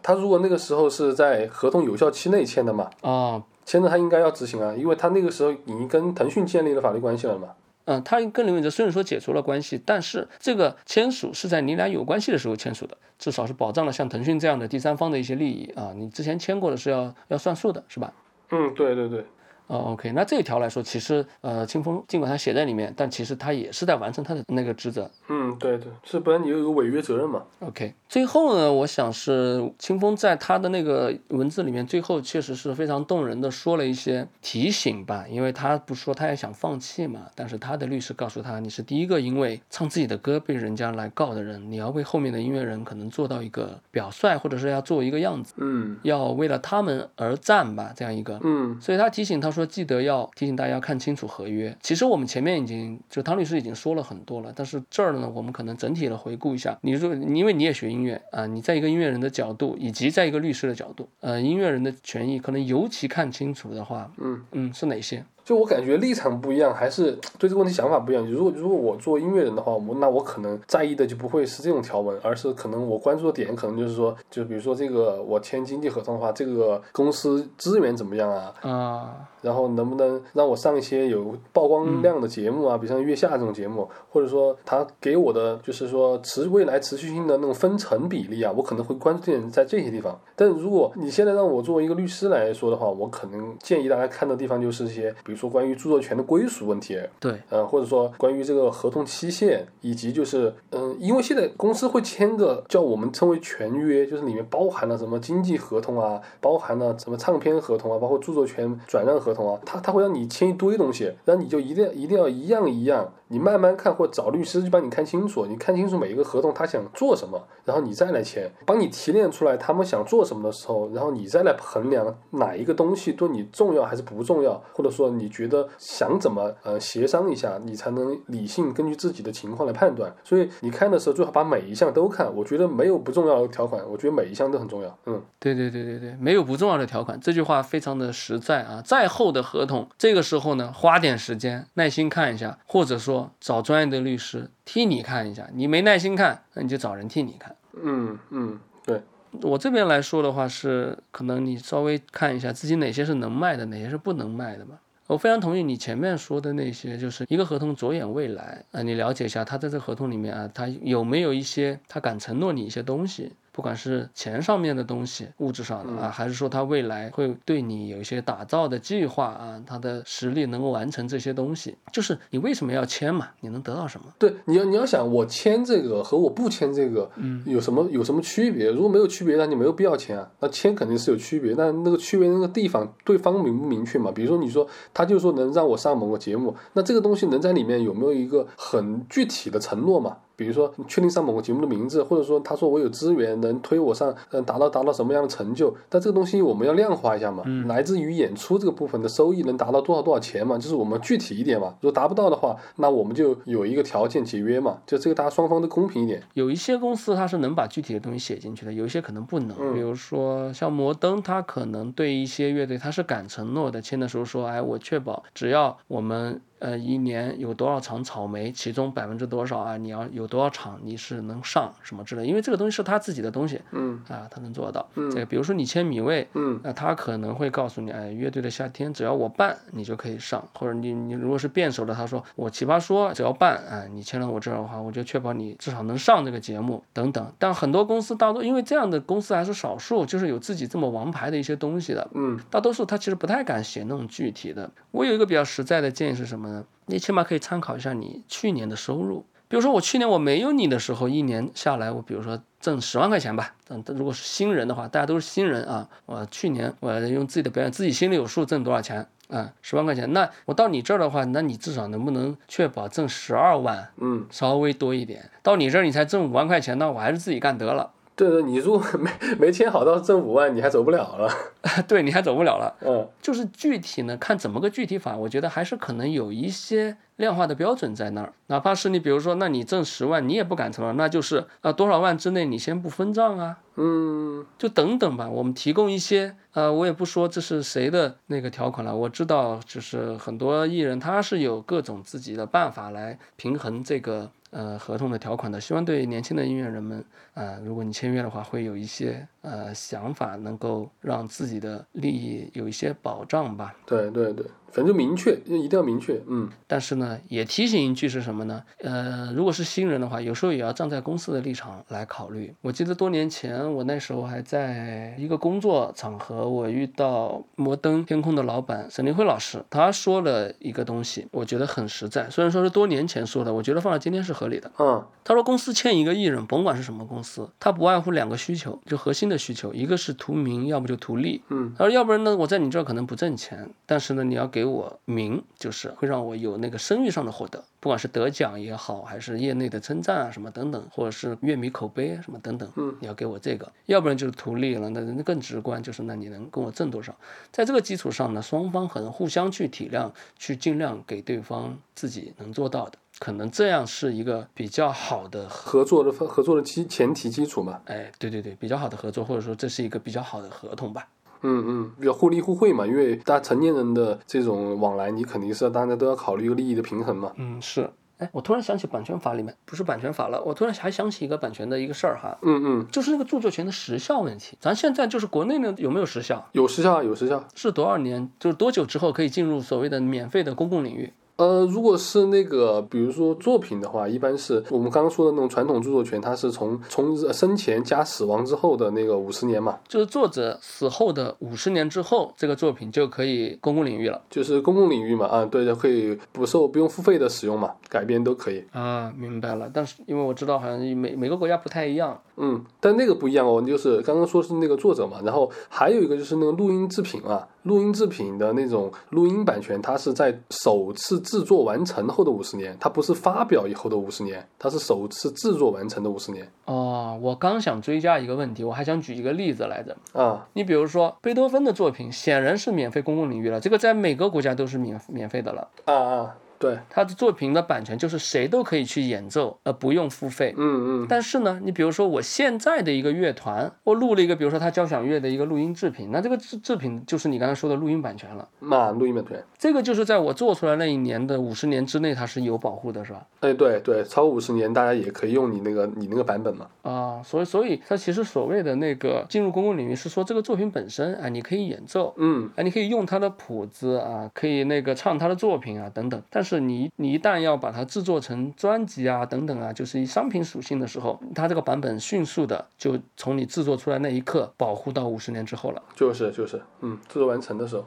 [SPEAKER 2] 他如果那个时候是在合同有效期内签的嘛，
[SPEAKER 1] 啊、
[SPEAKER 2] 签的他应该要执行啊，因为他那个时候已经跟腾讯建立了法律关系了嘛。
[SPEAKER 1] 嗯，他跟林伟哲虽然说解除了关系，但是这个签署是在你俩有关系的时候签署的，至少是保障了像腾讯这样的第三方的一些利益啊。你之前签过的是要要算数的，是吧？
[SPEAKER 2] 嗯，对对对，
[SPEAKER 1] 哦，OK，那这一条来说，其实呃，清风尽管他写在里面，但其实他也是在完成他的那个职责。
[SPEAKER 2] 嗯对对，是不然你有个违约责任嘛。
[SPEAKER 1] OK，最后呢，我想是清风在他的那个文字里面，最后确实是非常动人的说了一些提醒吧，因为他不说他也想放弃嘛，但是他的律师告诉他，你是第一个因为唱自己的歌被人家来告的人，你要为后面的音乐人可能做到一个表率，或者是要做一个样子，
[SPEAKER 2] 嗯
[SPEAKER 1] 要为了他们而战吧，这样一个
[SPEAKER 2] 嗯
[SPEAKER 1] 所以他提醒他说，记得要提醒大家要看清楚合约。其实我们前面已经就汤律师已经说了很多了，但是这儿呢，我们可能整体的回顾一下。你说，因为你也学音乐啊、你在一个音乐人的角度，以及在一个律师的角度，呃，音乐人的权益可能尤其看清楚的话，
[SPEAKER 2] 嗯，
[SPEAKER 1] 嗯，是哪些？
[SPEAKER 2] 就我感觉立场不一样，还是对这个问题想法不一样。如果如果我做音乐人的话，我那我可能在意的就不会是这种条文，而是可能我关注的点可能就是说，就比如说这个我签经纪合同的话，这个公司资源怎么样啊？
[SPEAKER 1] 啊、
[SPEAKER 2] 然后能不能让我上一些有曝光量的节目啊，比如像《月下》这种节目，或者说他给我的就是说持未来持续性的那种分成比例啊，我可能会关注点在这些地方。但如果你现在让我作为一个律师来说的话，我可能建议大家看的地方就是一些，比如说关于著作权的归属问题，
[SPEAKER 1] 对，
[SPEAKER 2] 呃，或者说关于这个合同期限，以及就是，嗯、因为现在公司会签个叫我们称为全约，就是里面包含了什么经济合同啊，包含了什么唱片合同啊，包括著作权转让合同啊，他他会让你签一堆东西，然后你就一定一定要一样一样，你慢慢看或找律师去帮你看清楚，你看清楚每一个合同他想做什么，然后你再来签，帮你提炼出来他们想做什么的时候，然后你再来衡量哪一个东西对你重要还是不重要，或者说你你觉得想怎么呃协商一下，你才能理性根据自己的情况来判断。所以你看的时候最好把每一项都看，我觉得没有不重要的条款，我觉得每一项都很重要。嗯，
[SPEAKER 1] 对对对对对，没有不重要的条款，这句话非常的实在啊。再厚的合同，这个时候呢，花点时间耐心看一下，或者说找专业的律师替你看一下。你没耐心看，那你就找人替你看。
[SPEAKER 2] 嗯嗯，对，
[SPEAKER 1] 我这边来说的话是，可能你稍微看一下自己哪些是能卖的，哪些是不能卖的吧。我非常同意你前面说的那些，就是一个合同着眼未来啊、呃你了解一下他在这合同里面啊，他有没有一些他敢承诺你一些东西，不管是钱上面的东西，物质上的啊，还是说他未来会对你有一些打造的计划啊，他的实力能够完成这些东西，就是你为什么要签嘛？你能得到什么？
[SPEAKER 2] 对，你要你要想我签这个和我不签这个，有什么有什么区别？如果没有区别，那你没有必要签啊。那签肯定是有区别，但那个区别那个地方对方明不明确嘛？比如说你说他就说能让我上某个节目，那这个东西能在里面有没有一个很具体的承诺嘛？比如说你确定上某个节目的名字，或者说他说我有资源能推我上，嗯，达到达到什么样的成就？但这个东西我们要量化一下嘛，来自于演出这个部分的收益能达到多少多少钱嘛？就是我们具体一点嘛。如果达不到的话，那我们就有一个条件解约嘛，就这个大家双方都公平一点。
[SPEAKER 1] 有一些公司它是能把具体的东西写进去的，有一些可能不能。比如说像摩登，它可能对一些乐队它是敢承诺的，签的时候说，哎，我确保只要我们呃一年有多少场草莓，其中百分之多少啊，你要有多少场你是能上什么之类的，因为这个东西是他自己的东西，
[SPEAKER 2] 嗯
[SPEAKER 1] 啊，他能做到。这个比如说你签米未，
[SPEAKER 2] 嗯
[SPEAKER 1] 那他可能会告诉你，哎，乐队的夏天只要我办，你就可以上，或者你你如果是辩手的，他说我奇葩说只要办，哎，你签了我这儿的话，我就确保你至少能上这个节目等等。但很多公司大多因为这样的公司还是少数，就是有自己这么王牌的一些东西的，
[SPEAKER 2] 嗯
[SPEAKER 1] 大多数他其实不太敢写那种具体的。我有一个比较实在的建议是什么呢？你起码可以参考一下你去年的收入。比如说我去年我没有你的时候，一年下来我比如说挣十万块钱吧。嗯，但如果是新人的话，大家都是新人啊。我去年我用自己的表演，自己心里有数挣多少钱啊，十、0万块钱。那我到你这儿的话，那你至少能不能确保挣十二万，
[SPEAKER 2] 嗯，
[SPEAKER 1] 稍微多一点？到你这儿你才挣五万块钱，那我还是自己干得了。
[SPEAKER 2] 对对，你如果 没没签好，到时候挣五万你还走不了了。
[SPEAKER 1] 对，你还走不了了。
[SPEAKER 2] 嗯
[SPEAKER 1] 就是具体呢，看怎么个具体法，我觉得还是可能有一些量化的标准在那儿。哪怕是你，比如说，那你挣十万，你也不敢承认，那就是啊、多少万之内你先不分账啊，
[SPEAKER 2] 嗯
[SPEAKER 1] 就等等吧。我们提供一些，呃，我也不说这是谁的那个条款了。我知道，就是很多艺人他是有各种自己的办法来平衡这个呃合同的条款的。希望对年轻的音乐人们，啊，如果你签约的话，会有一些呃想法，能够让自己的利益有一些保障吧。
[SPEAKER 2] 对对对，反正就明确，一定要明确。嗯
[SPEAKER 1] 但是呢，也提醒一句是什么呢？呃，如果是新人的话，有时候也要站在公司的立场来考虑。我记得多年前，我那时候还在一个工作场合，我遇到摩登天空的老板沈凌辉老师，他说了一个东西，我觉得很实在。虽然说是多年前说的，我觉得放到今天是合理的。
[SPEAKER 2] 嗯
[SPEAKER 1] 他说，公司欠一个艺人，甭管是什么公司，他不外乎两个需求，就核心的需求，一个是图名，要不就图利。
[SPEAKER 2] 嗯
[SPEAKER 1] 他说要不然呢，我在你这儿可能不挣钱，但是呢，你要给我名，就是会让我有那个声誉上的获得，不管是得奖也好，还是业内的称赞啊什么等等，或者是乐迷口碑啊什么等等，
[SPEAKER 2] 嗯，
[SPEAKER 1] 你要给我这个，要不然就是图利了，那那更直观就是那你能跟我挣多少？在这个基础上呢，双方很互相去体谅，去尽量给对方自己能做到的，可能这样是一个比较好的合。
[SPEAKER 2] 合作的合作的基前提基础嘛。
[SPEAKER 1] 哎，对对对，比较好的合作，或者说这是一个比较好的合同吧。
[SPEAKER 2] 嗯嗯，比较互利互惠嘛，因为大家成年人的这种往来，你肯定是要大家都要考虑一个利益的平衡嘛。
[SPEAKER 1] 嗯，是。哎，我突然想起版权法里面不是版权法了，我突然还想起一个版权的一个事儿哈，
[SPEAKER 2] 嗯嗯，
[SPEAKER 1] 就是那个著作权的时效问题。咱现在就是国内呢有没有时效？
[SPEAKER 2] 有时效啊有时效。
[SPEAKER 1] 是多少年？就是多久之后可以进入所谓的免费的公共领域？
[SPEAKER 2] 呃，如果是那个，比如说作品的话，一般是我们刚刚说的那种传统著作权，它是从从呃生前加死亡之后的那个五十年嘛，
[SPEAKER 1] 就是作者死后的五十年之后，这个作品就可以公共领域了。
[SPEAKER 2] 就是公共领域嘛，啊，对的，可以不受不用付费的使用嘛，改编都可以。
[SPEAKER 1] 啊，明白了。但是因为我知道好像每每个国家不太一样，
[SPEAKER 2] 嗯，但那个不一样哦，就是刚刚说是那个作者嘛，然后还有一个就是那个录音制品啊，录音制品的那种录音版权，它是在首次制作完成后的五十年，它不是发表以后的五十年，它是首次制作完成的五十年
[SPEAKER 1] 哦，我刚想追加一个问题，我还想举一个例子来着。
[SPEAKER 2] 啊。
[SPEAKER 1] 你比如说贝多芬的作品，显然是免费公共领域了，这个在每个国家都是免免费的了。
[SPEAKER 2] 啊啊，对，
[SPEAKER 1] 他的作品的版权就是谁都可以去演奏，而不用付费。
[SPEAKER 2] 嗯嗯
[SPEAKER 1] 但是呢，你比如说我现在的一个乐团，我录了一个，比如说他交响乐的一个录音制品，那这个制制品就是你刚才说的录音版权了。，
[SPEAKER 2] 那嗯啊录音版权，
[SPEAKER 1] 这个就是在我做出来那一年的五十年之内，它是有保护的，是吧？
[SPEAKER 2] 哎对对，超过五十年大家也可以用你那个你那个版本嘛。
[SPEAKER 1] 啊，所以所以它其实所谓的那个进入公共领域，是说这个作品本身啊，你可以演奏，
[SPEAKER 2] 嗯，
[SPEAKER 1] 啊，你可以用他的谱子啊，可以那个唱他的作品啊等等。但是你你一旦要把它制作成专辑啊等等啊，就是以商品属性的时候，它这个版本迅速的就从你制作出来那一刻保护到五十年之后了。
[SPEAKER 2] 就是就是，嗯，制作完成的时候，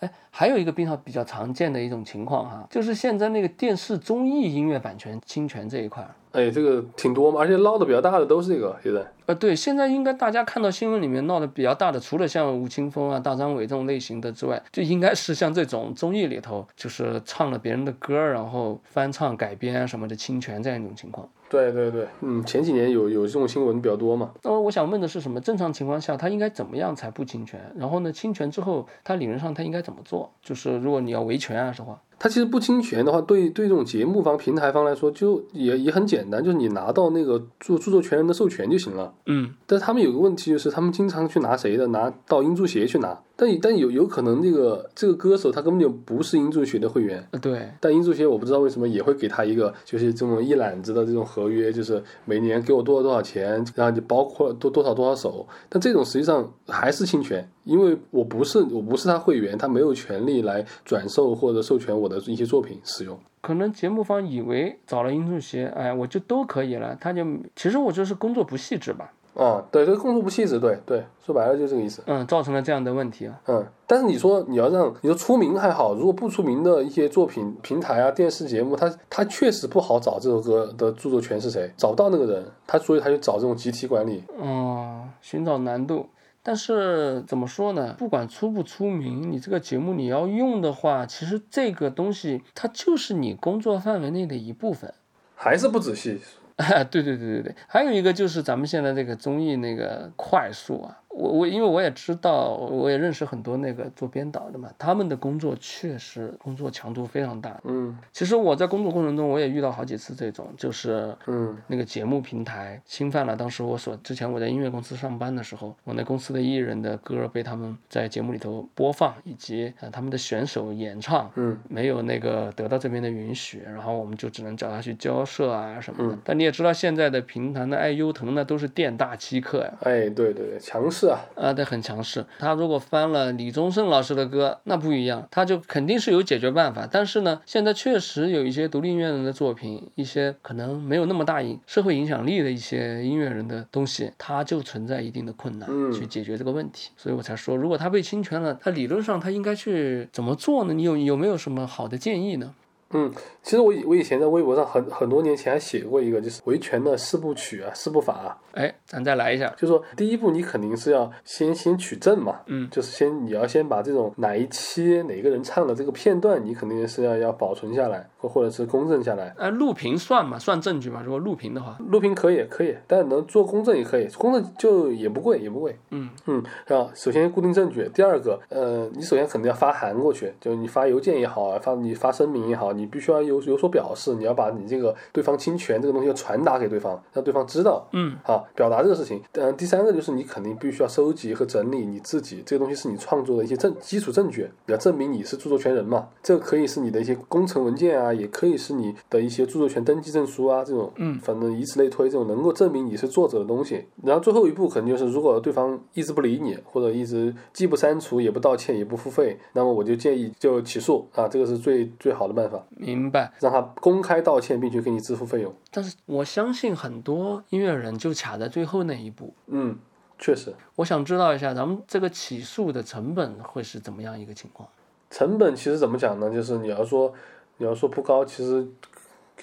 [SPEAKER 1] 哎，还有一个比较比较常见的一种情况哈、就是现在那个电视综艺音乐版权侵权这一块儿。
[SPEAKER 2] 哎，这个挺多嘛，而且捞的比较大的都是这个，现在，
[SPEAKER 1] 呃，对，现在应该大家看到新闻里面闹得比较大的，除了像吴青峰啊、大张伟这种类型的之外，就应该是像这种综艺里头，就是唱了别人的歌儿，然后翻唱、改编啊什么的侵权这样一种情况。
[SPEAKER 2] 对对对，嗯，前几年有有这种新闻比较多嘛。
[SPEAKER 1] 那么我想问的是什么？正常情况下，他应该怎么样才不侵权？然后呢，侵权之后，他理论上他应该怎么做？就是如果你要维权啊的话，
[SPEAKER 2] 它其实不侵权的话，对对这种节目方、平台方来说，就也也很简单，就是你拿到那个著著作权人的授权就行了。
[SPEAKER 1] 嗯，
[SPEAKER 2] 但他们有个问题就是，他们经常去拿谁的，拿到音著协去拿，但但有有可能这个这个歌手他根本就不是音著协的会员。
[SPEAKER 1] 呃，对，
[SPEAKER 2] 但音著协我不知道为什么也会给他一个就是这种一揽子的这种合约，就是每年给我多少多少钱，然后就包括多多少多少首。但这种实际上还是侵权，因为我不是我不是他会员，他没有权利来转售或者授权我的一些作品使用。
[SPEAKER 1] 可能节目方以为找了音速协，哎，我就都可以了，他就其实我就是工作不细致吧，
[SPEAKER 2] 啊，对，这个控诉不细致，对对，说白了就这个意思。
[SPEAKER 1] 嗯，造成了这样的问题啊。
[SPEAKER 2] 嗯，但是你说你要让你说出名还好，如果不出名的一些作品、平台啊、电视节目，它它确实不好找这首歌的著作权是谁，找不到那个人，他所以他就找这种集体管理。
[SPEAKER 1] 哦，寻找难度。但是怎么说呢？不管出不出名，你这个节目你要用的话，其实这个东西它就是你工作范围内的一部分。
[SPEAKER 2] 还是不仔细。
[SPEAKER 1] 啊，对对对对对，还有一个就是咱们现在这个综艺那个快速啊，我我因为我也知道，我也认识很多那个做编导的嘛，他们的工作确实工作强度非常大。
[SPEAKER 2] 嗯
[SPEAKER 1] 其实我在工作过程中我也遇到好几次这种，就是
[SPEAKER 2] 嗯
[SPEAKER 1] 那个节目平台侵犯了当时我所之前我在音乐公司上班的时候，我那公司的艺人的歌被他们在节目里头播放，以及呃他们的选手演唱。
[SPEAKER 2] 嗯
[SPEAKER 1] 没有那个得到这边的允许，然后我们就只能找他去交涉啊什么的
[SPEAKER 2] 嗯。
[SPEAKER 1] 但你也知道，现在的平台的爱优腾呢都是店大欺客呀，
[SPEAKER 2] 哎，对对对，强势啊，
[SPEAKER 1] 啊，对，很强势。他如果翻了李宗盛老师的歌，那不一样，他就肯定是有解决办法。但是呢，现在确实有一些独立音乐人的作品，一些可能没有那么大影社会影响力的一些音乐人的东西，它就存在一定的困难
[SPEAKER 2] 嗯
[SPEAKER 1] 去解决这个问题。所以我才说，如果他被侵权了，他理论上他应该去怎么做呢？你有有没有什么好的建议呢？
[SPEAKER 2] 嗯，其实我以我以前在微博上很很多年前还写过一个，就是维权的四部曲啊、四部法啊，
[SPEAKER 1] 哎，咱再来一下。
[SPEAKER 2] 就说第一步你肯定是要先先取证嘛，
[SPEAKER 1] 嗯
[SPEAKER 2] 就是先你要先把这种哪一期哪个人唱的这个片段，你肯定是要要保存下来，或或者是公证下来。
[SPEAKER 1] 哎，录屏算吗？算证据吗？如果录屏的话，
[SPEAKER 2] 录屏可以可以，但能做公证也可以，公证就也不贵也不贵。
[SPEAKER 1] 嗯
[SPEAKER 2] 嗯，啊，首先固定证据，第二个，呃，你首先肯定要发函过去，就是你发邮件也好啊，发你发声明也好，你必须要有有所表示，你要把你这个对方侵权这个东西要传达给对方，让对方知道。
[SPEAKER 1] 嗯
[SPEAKER 2] 啊，表达这个事情。嗯、第三个就是你肯定必须要收集和整理你自己这个东西是你创作的一些证基础证据，你要证明你是著作权人嘛。这个可以是你的一些工程文件啊，也可以是你的一些著作权登记证书啊，这种，
[SPEAKER 1] 嗯
[SPEAKER 2] 反正以此类推，这种能够证明你是作者的东西。然后最后一步肯定就是，如果对方一直不理你，或者一直既不删除也不道歉也不付费，那么我就建议就起诉啊，这个是最最好的办法，
[SPEAKER 1] 明白。
[SPEAKER 2] 让他公开道歉，并且给你支付费用。
[SPEAKER 1] 但是我相信很多音乐人就卡在最后那一步。
[SPEAKER 2] 嗯，确实。
[SPEAKER 1] 我想知道一下，咱们这个起诉的成本会是怎么样一个情况？
[SPEAKER 2] 成本其实怎么讲呢？就是你要说你要说不高，其实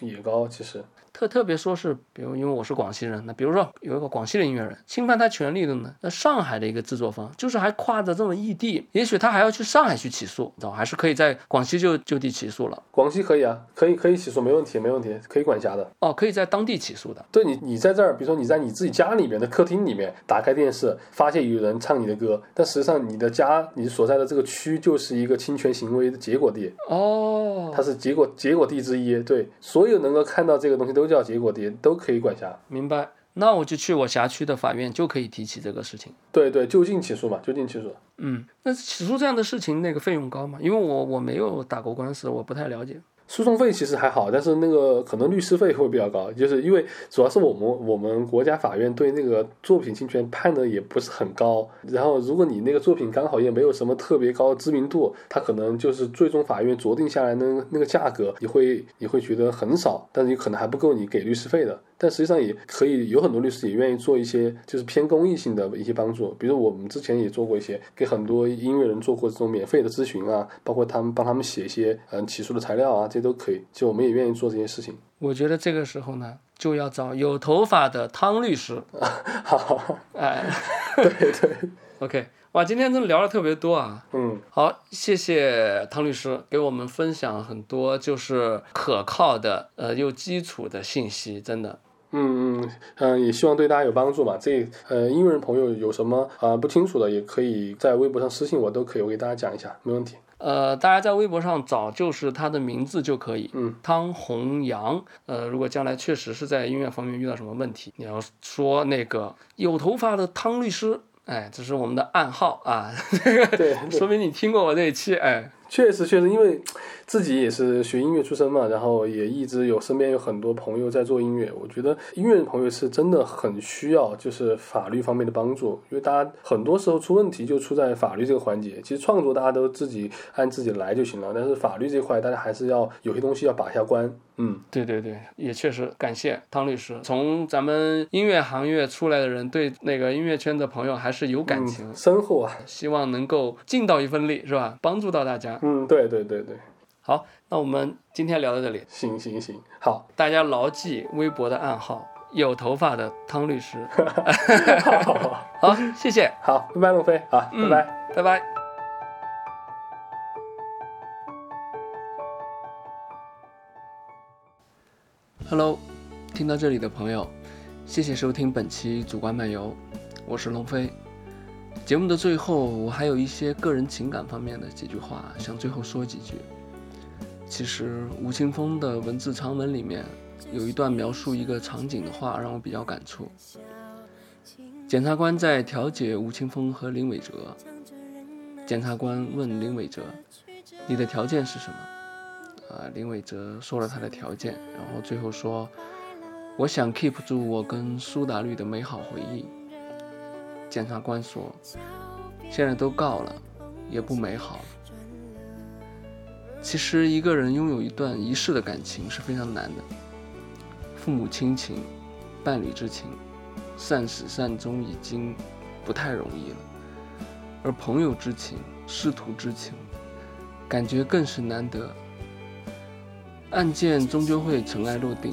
[SPEAKER 2] 也高。其实
[SPEAKER 1] 特特别说是，比如因为我是广西人，那比如说有一个广西的音乐人侵犯他权利的呢，那上海的一个制作方就是还跨着这么异地，也许他还要去上海去起诉，你知道还是可以在广西就就地起诉了，
[SPEAKER 2] 广西可以啊，可以可以起诉，没问题，没问题，可以管辖的。
[SPEAKER 1] 哦，可以在当地起诉的。
[SPEAKER 2] 对你，你在这儿，比如说你在你自己家里面的客厅里面打开电视，发现有人唱你的歌，但实际上你的家，你所在的这个区就是一个侵权行为的结果地，
[SPEAKER 1] 哦
[SPEAKER 2] 它，是结果结果地之一。对，所有能够看到这个东西都叫结果地，都可以管辖。
[SPEAKER 1] 明白。那我就去我辖区的法院就可以提起这个事情。
[SPEAKER 2] 对对，就近起诉嘛，就近起诉。
[SPEAKER 1] 嗯，那起诉这样的事情，那个费用高吗？因为我我没有打过官司，我不太了解。
[SPEAKER 2] 诉讼费其实还好，但是那个可能律师费会比较高，就是因为主要是我们我们国家法院对那个作品侵权判的也不是很高，然后如果你那个作品刚好也没有什么特别高知名度，它可能就是最终法院酌定下来那那个价格，你会你会觉得很少，但是你可能还不够你给律师费的。但实际上也可以有很多律师也愿意做一些就是偏公益性的一些帮助，比如我们之前也做过一些给很多音乐人做过这种免费的咨询啊，包括他们帮他们写一些嗯起诉的材料啊，这些都可以。就我们也愿意做这些事情。
[SPEAKER 1] 我觉得这个时候呢，就要找有头发的汤律师。
[SPEAKER 2] 好，
[SPEAKER 1] 哎， 对对，OK，哇，今天真的聊了特别多啊。
[SPEAKER 2] 嗯，
[SPEAKER 1] 好，谢谢汤律师给我们分享很多就是可靠的呃又基础的信息，真的。
[SPEAKER 2] 嗯嗯嗯，也希望对大家有帮助吧。这呃，音乐人朋友有什么啊、呃不清楚的，也可以在微博上私信我，都可以，我给大家讲一下，没问题。
[SPEAKER 1] 呃，大家在微博上找就是他的名字就可以，
[SPEAKER 2] 嗯，
[SPEAKER 1] 汤弘洋。呃，如果将来确实是在音乐方面遇到什么问题，你要说那个有头发的汤律师，哎，这是我们的暗号啊，
[SPEAKER 2] 对，
[SPEAKER 1] 说明你听过我这一期，哎，
[SPEAKER 2] 确实，确实，因为自己也是学音乐出身嘛，然后也一直有身边有很多朋友在做音乐。我觉得音乐朋友是真的很需要就是法律方面的帮助，因为大家很多时候出问题就出在法律这个环节。其实创作大家都自己按自己来就行了，但是法律这块大家还是要有些东西要把一下关。嗯，
[SPEAKER 1] 对对对，也确实感谢汤律师，从咱们音乐行业出来的人，对那个音乐圈的朋友还是有感情，
[SPEAKER 2] 嗯深厚啊。
[SPEAKER 1] 希望能够尽到一份力，是吧？帮助到大家。
[SPEAKER 2] 嗯，对对对对，
[SPEAKER 1] 好，那我们今天聊到这里。
[SPEAKER 2] 行行行， 好，
[SPEAKER 1] 大家牢记微博的暗号“有头发的汤律师
[SPEAKER 2] 好，好，好”。
[SPEAKER 1] 好，谢谢，
[SPEAKER 2] 好，拜拜，龙飞啊，
[SPEAKER 1] 嗯
[SPEAKER 2] 拜拜。
[SPEAKER 1] 拜拜。Hello，听到这里的朋友，谢谢收听本期《主观漫游》，我是龙飞。节目的最后，我还有一些个人情感方面的几句话，想最后说几句。其实吴青峰的文字长文里面有一段描述一个场景的话，让我比较感触。检察官在调解吴青峰和林伟哲，检察官问林伟哲：“你的条件是什么？”啊，林伟哲说了他的条件，然后最后说：“我想 keep 住我跟苏打绿的美好回忆。”检察官说：“现在都告了，也不美好了。”其实，一个人拥有一段一世的感情是非常难的，父母亲情、伴侣之情，善始善终已经不太容易了，而朋友之情、师徒之情，感觉更是难得。案件终究会尘埃落定，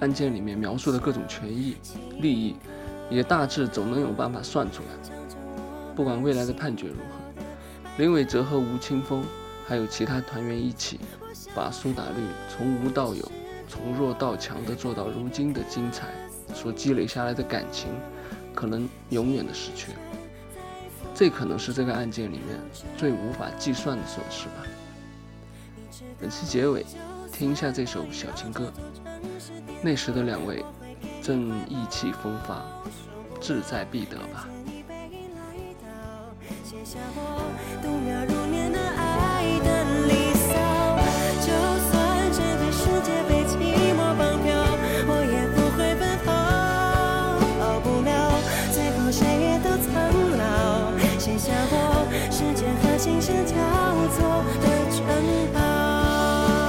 [SPEAKER 1] 案件里面描述的各种权益、利益，也大致总能有办法算出来。不管未来的判决如何，林伟哲和吴青峰，还有其他团员一起，把苏打绿从无到有、从弱到强的做到如今的精彩。所积累下来的感情，可能永远的失去。这可能是这个案件里面最无法计算的损失吧。本期结尾，听一下这首小情歌。那时的两位正意气风发，志在必得
[SPEAKER 3] 哦
[SPEAKER 1] 吧。
[SPEAKER 3] 写下我度秒如年的爱的离骚。就算这个世界被寂寞绑票，我也不会奔跑。跑不了，最后谁也都苍老。写下我时间和琴声交错的城堡。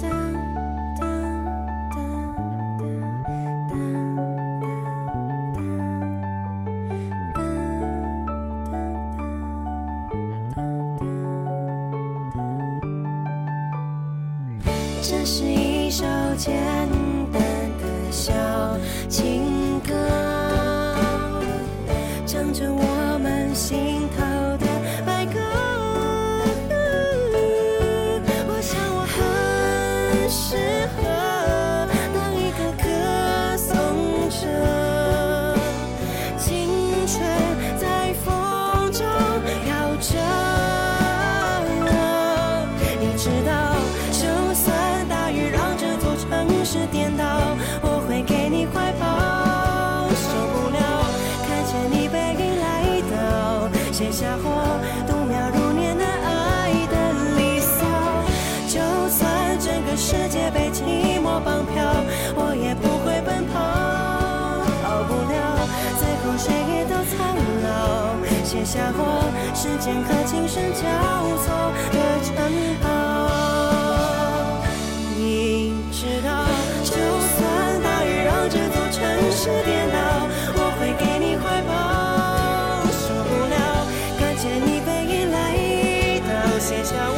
[SPEAKER 3] 当当当当当当当。这是一一首简单的小情歌，唱着我们心头的白鸽。我想我很适合当一个歌颂者，青春在风中摇着。你知道，就算大雨让这座城市颠倒，我会给你怀抱。受不了，看见你背影来到，写下我度秒如年的爱的离骚。就算整个世界被寂寞绑票，我也不会奔跑。跑不了，最后谁也都苍老，写下我时间和琴声交错的城堡。你知道，就算大雨让这座城市颠倒，我会给你怀抱。受不了，看见你背影来到，写下我 Mm-hmm. Mm-hmm.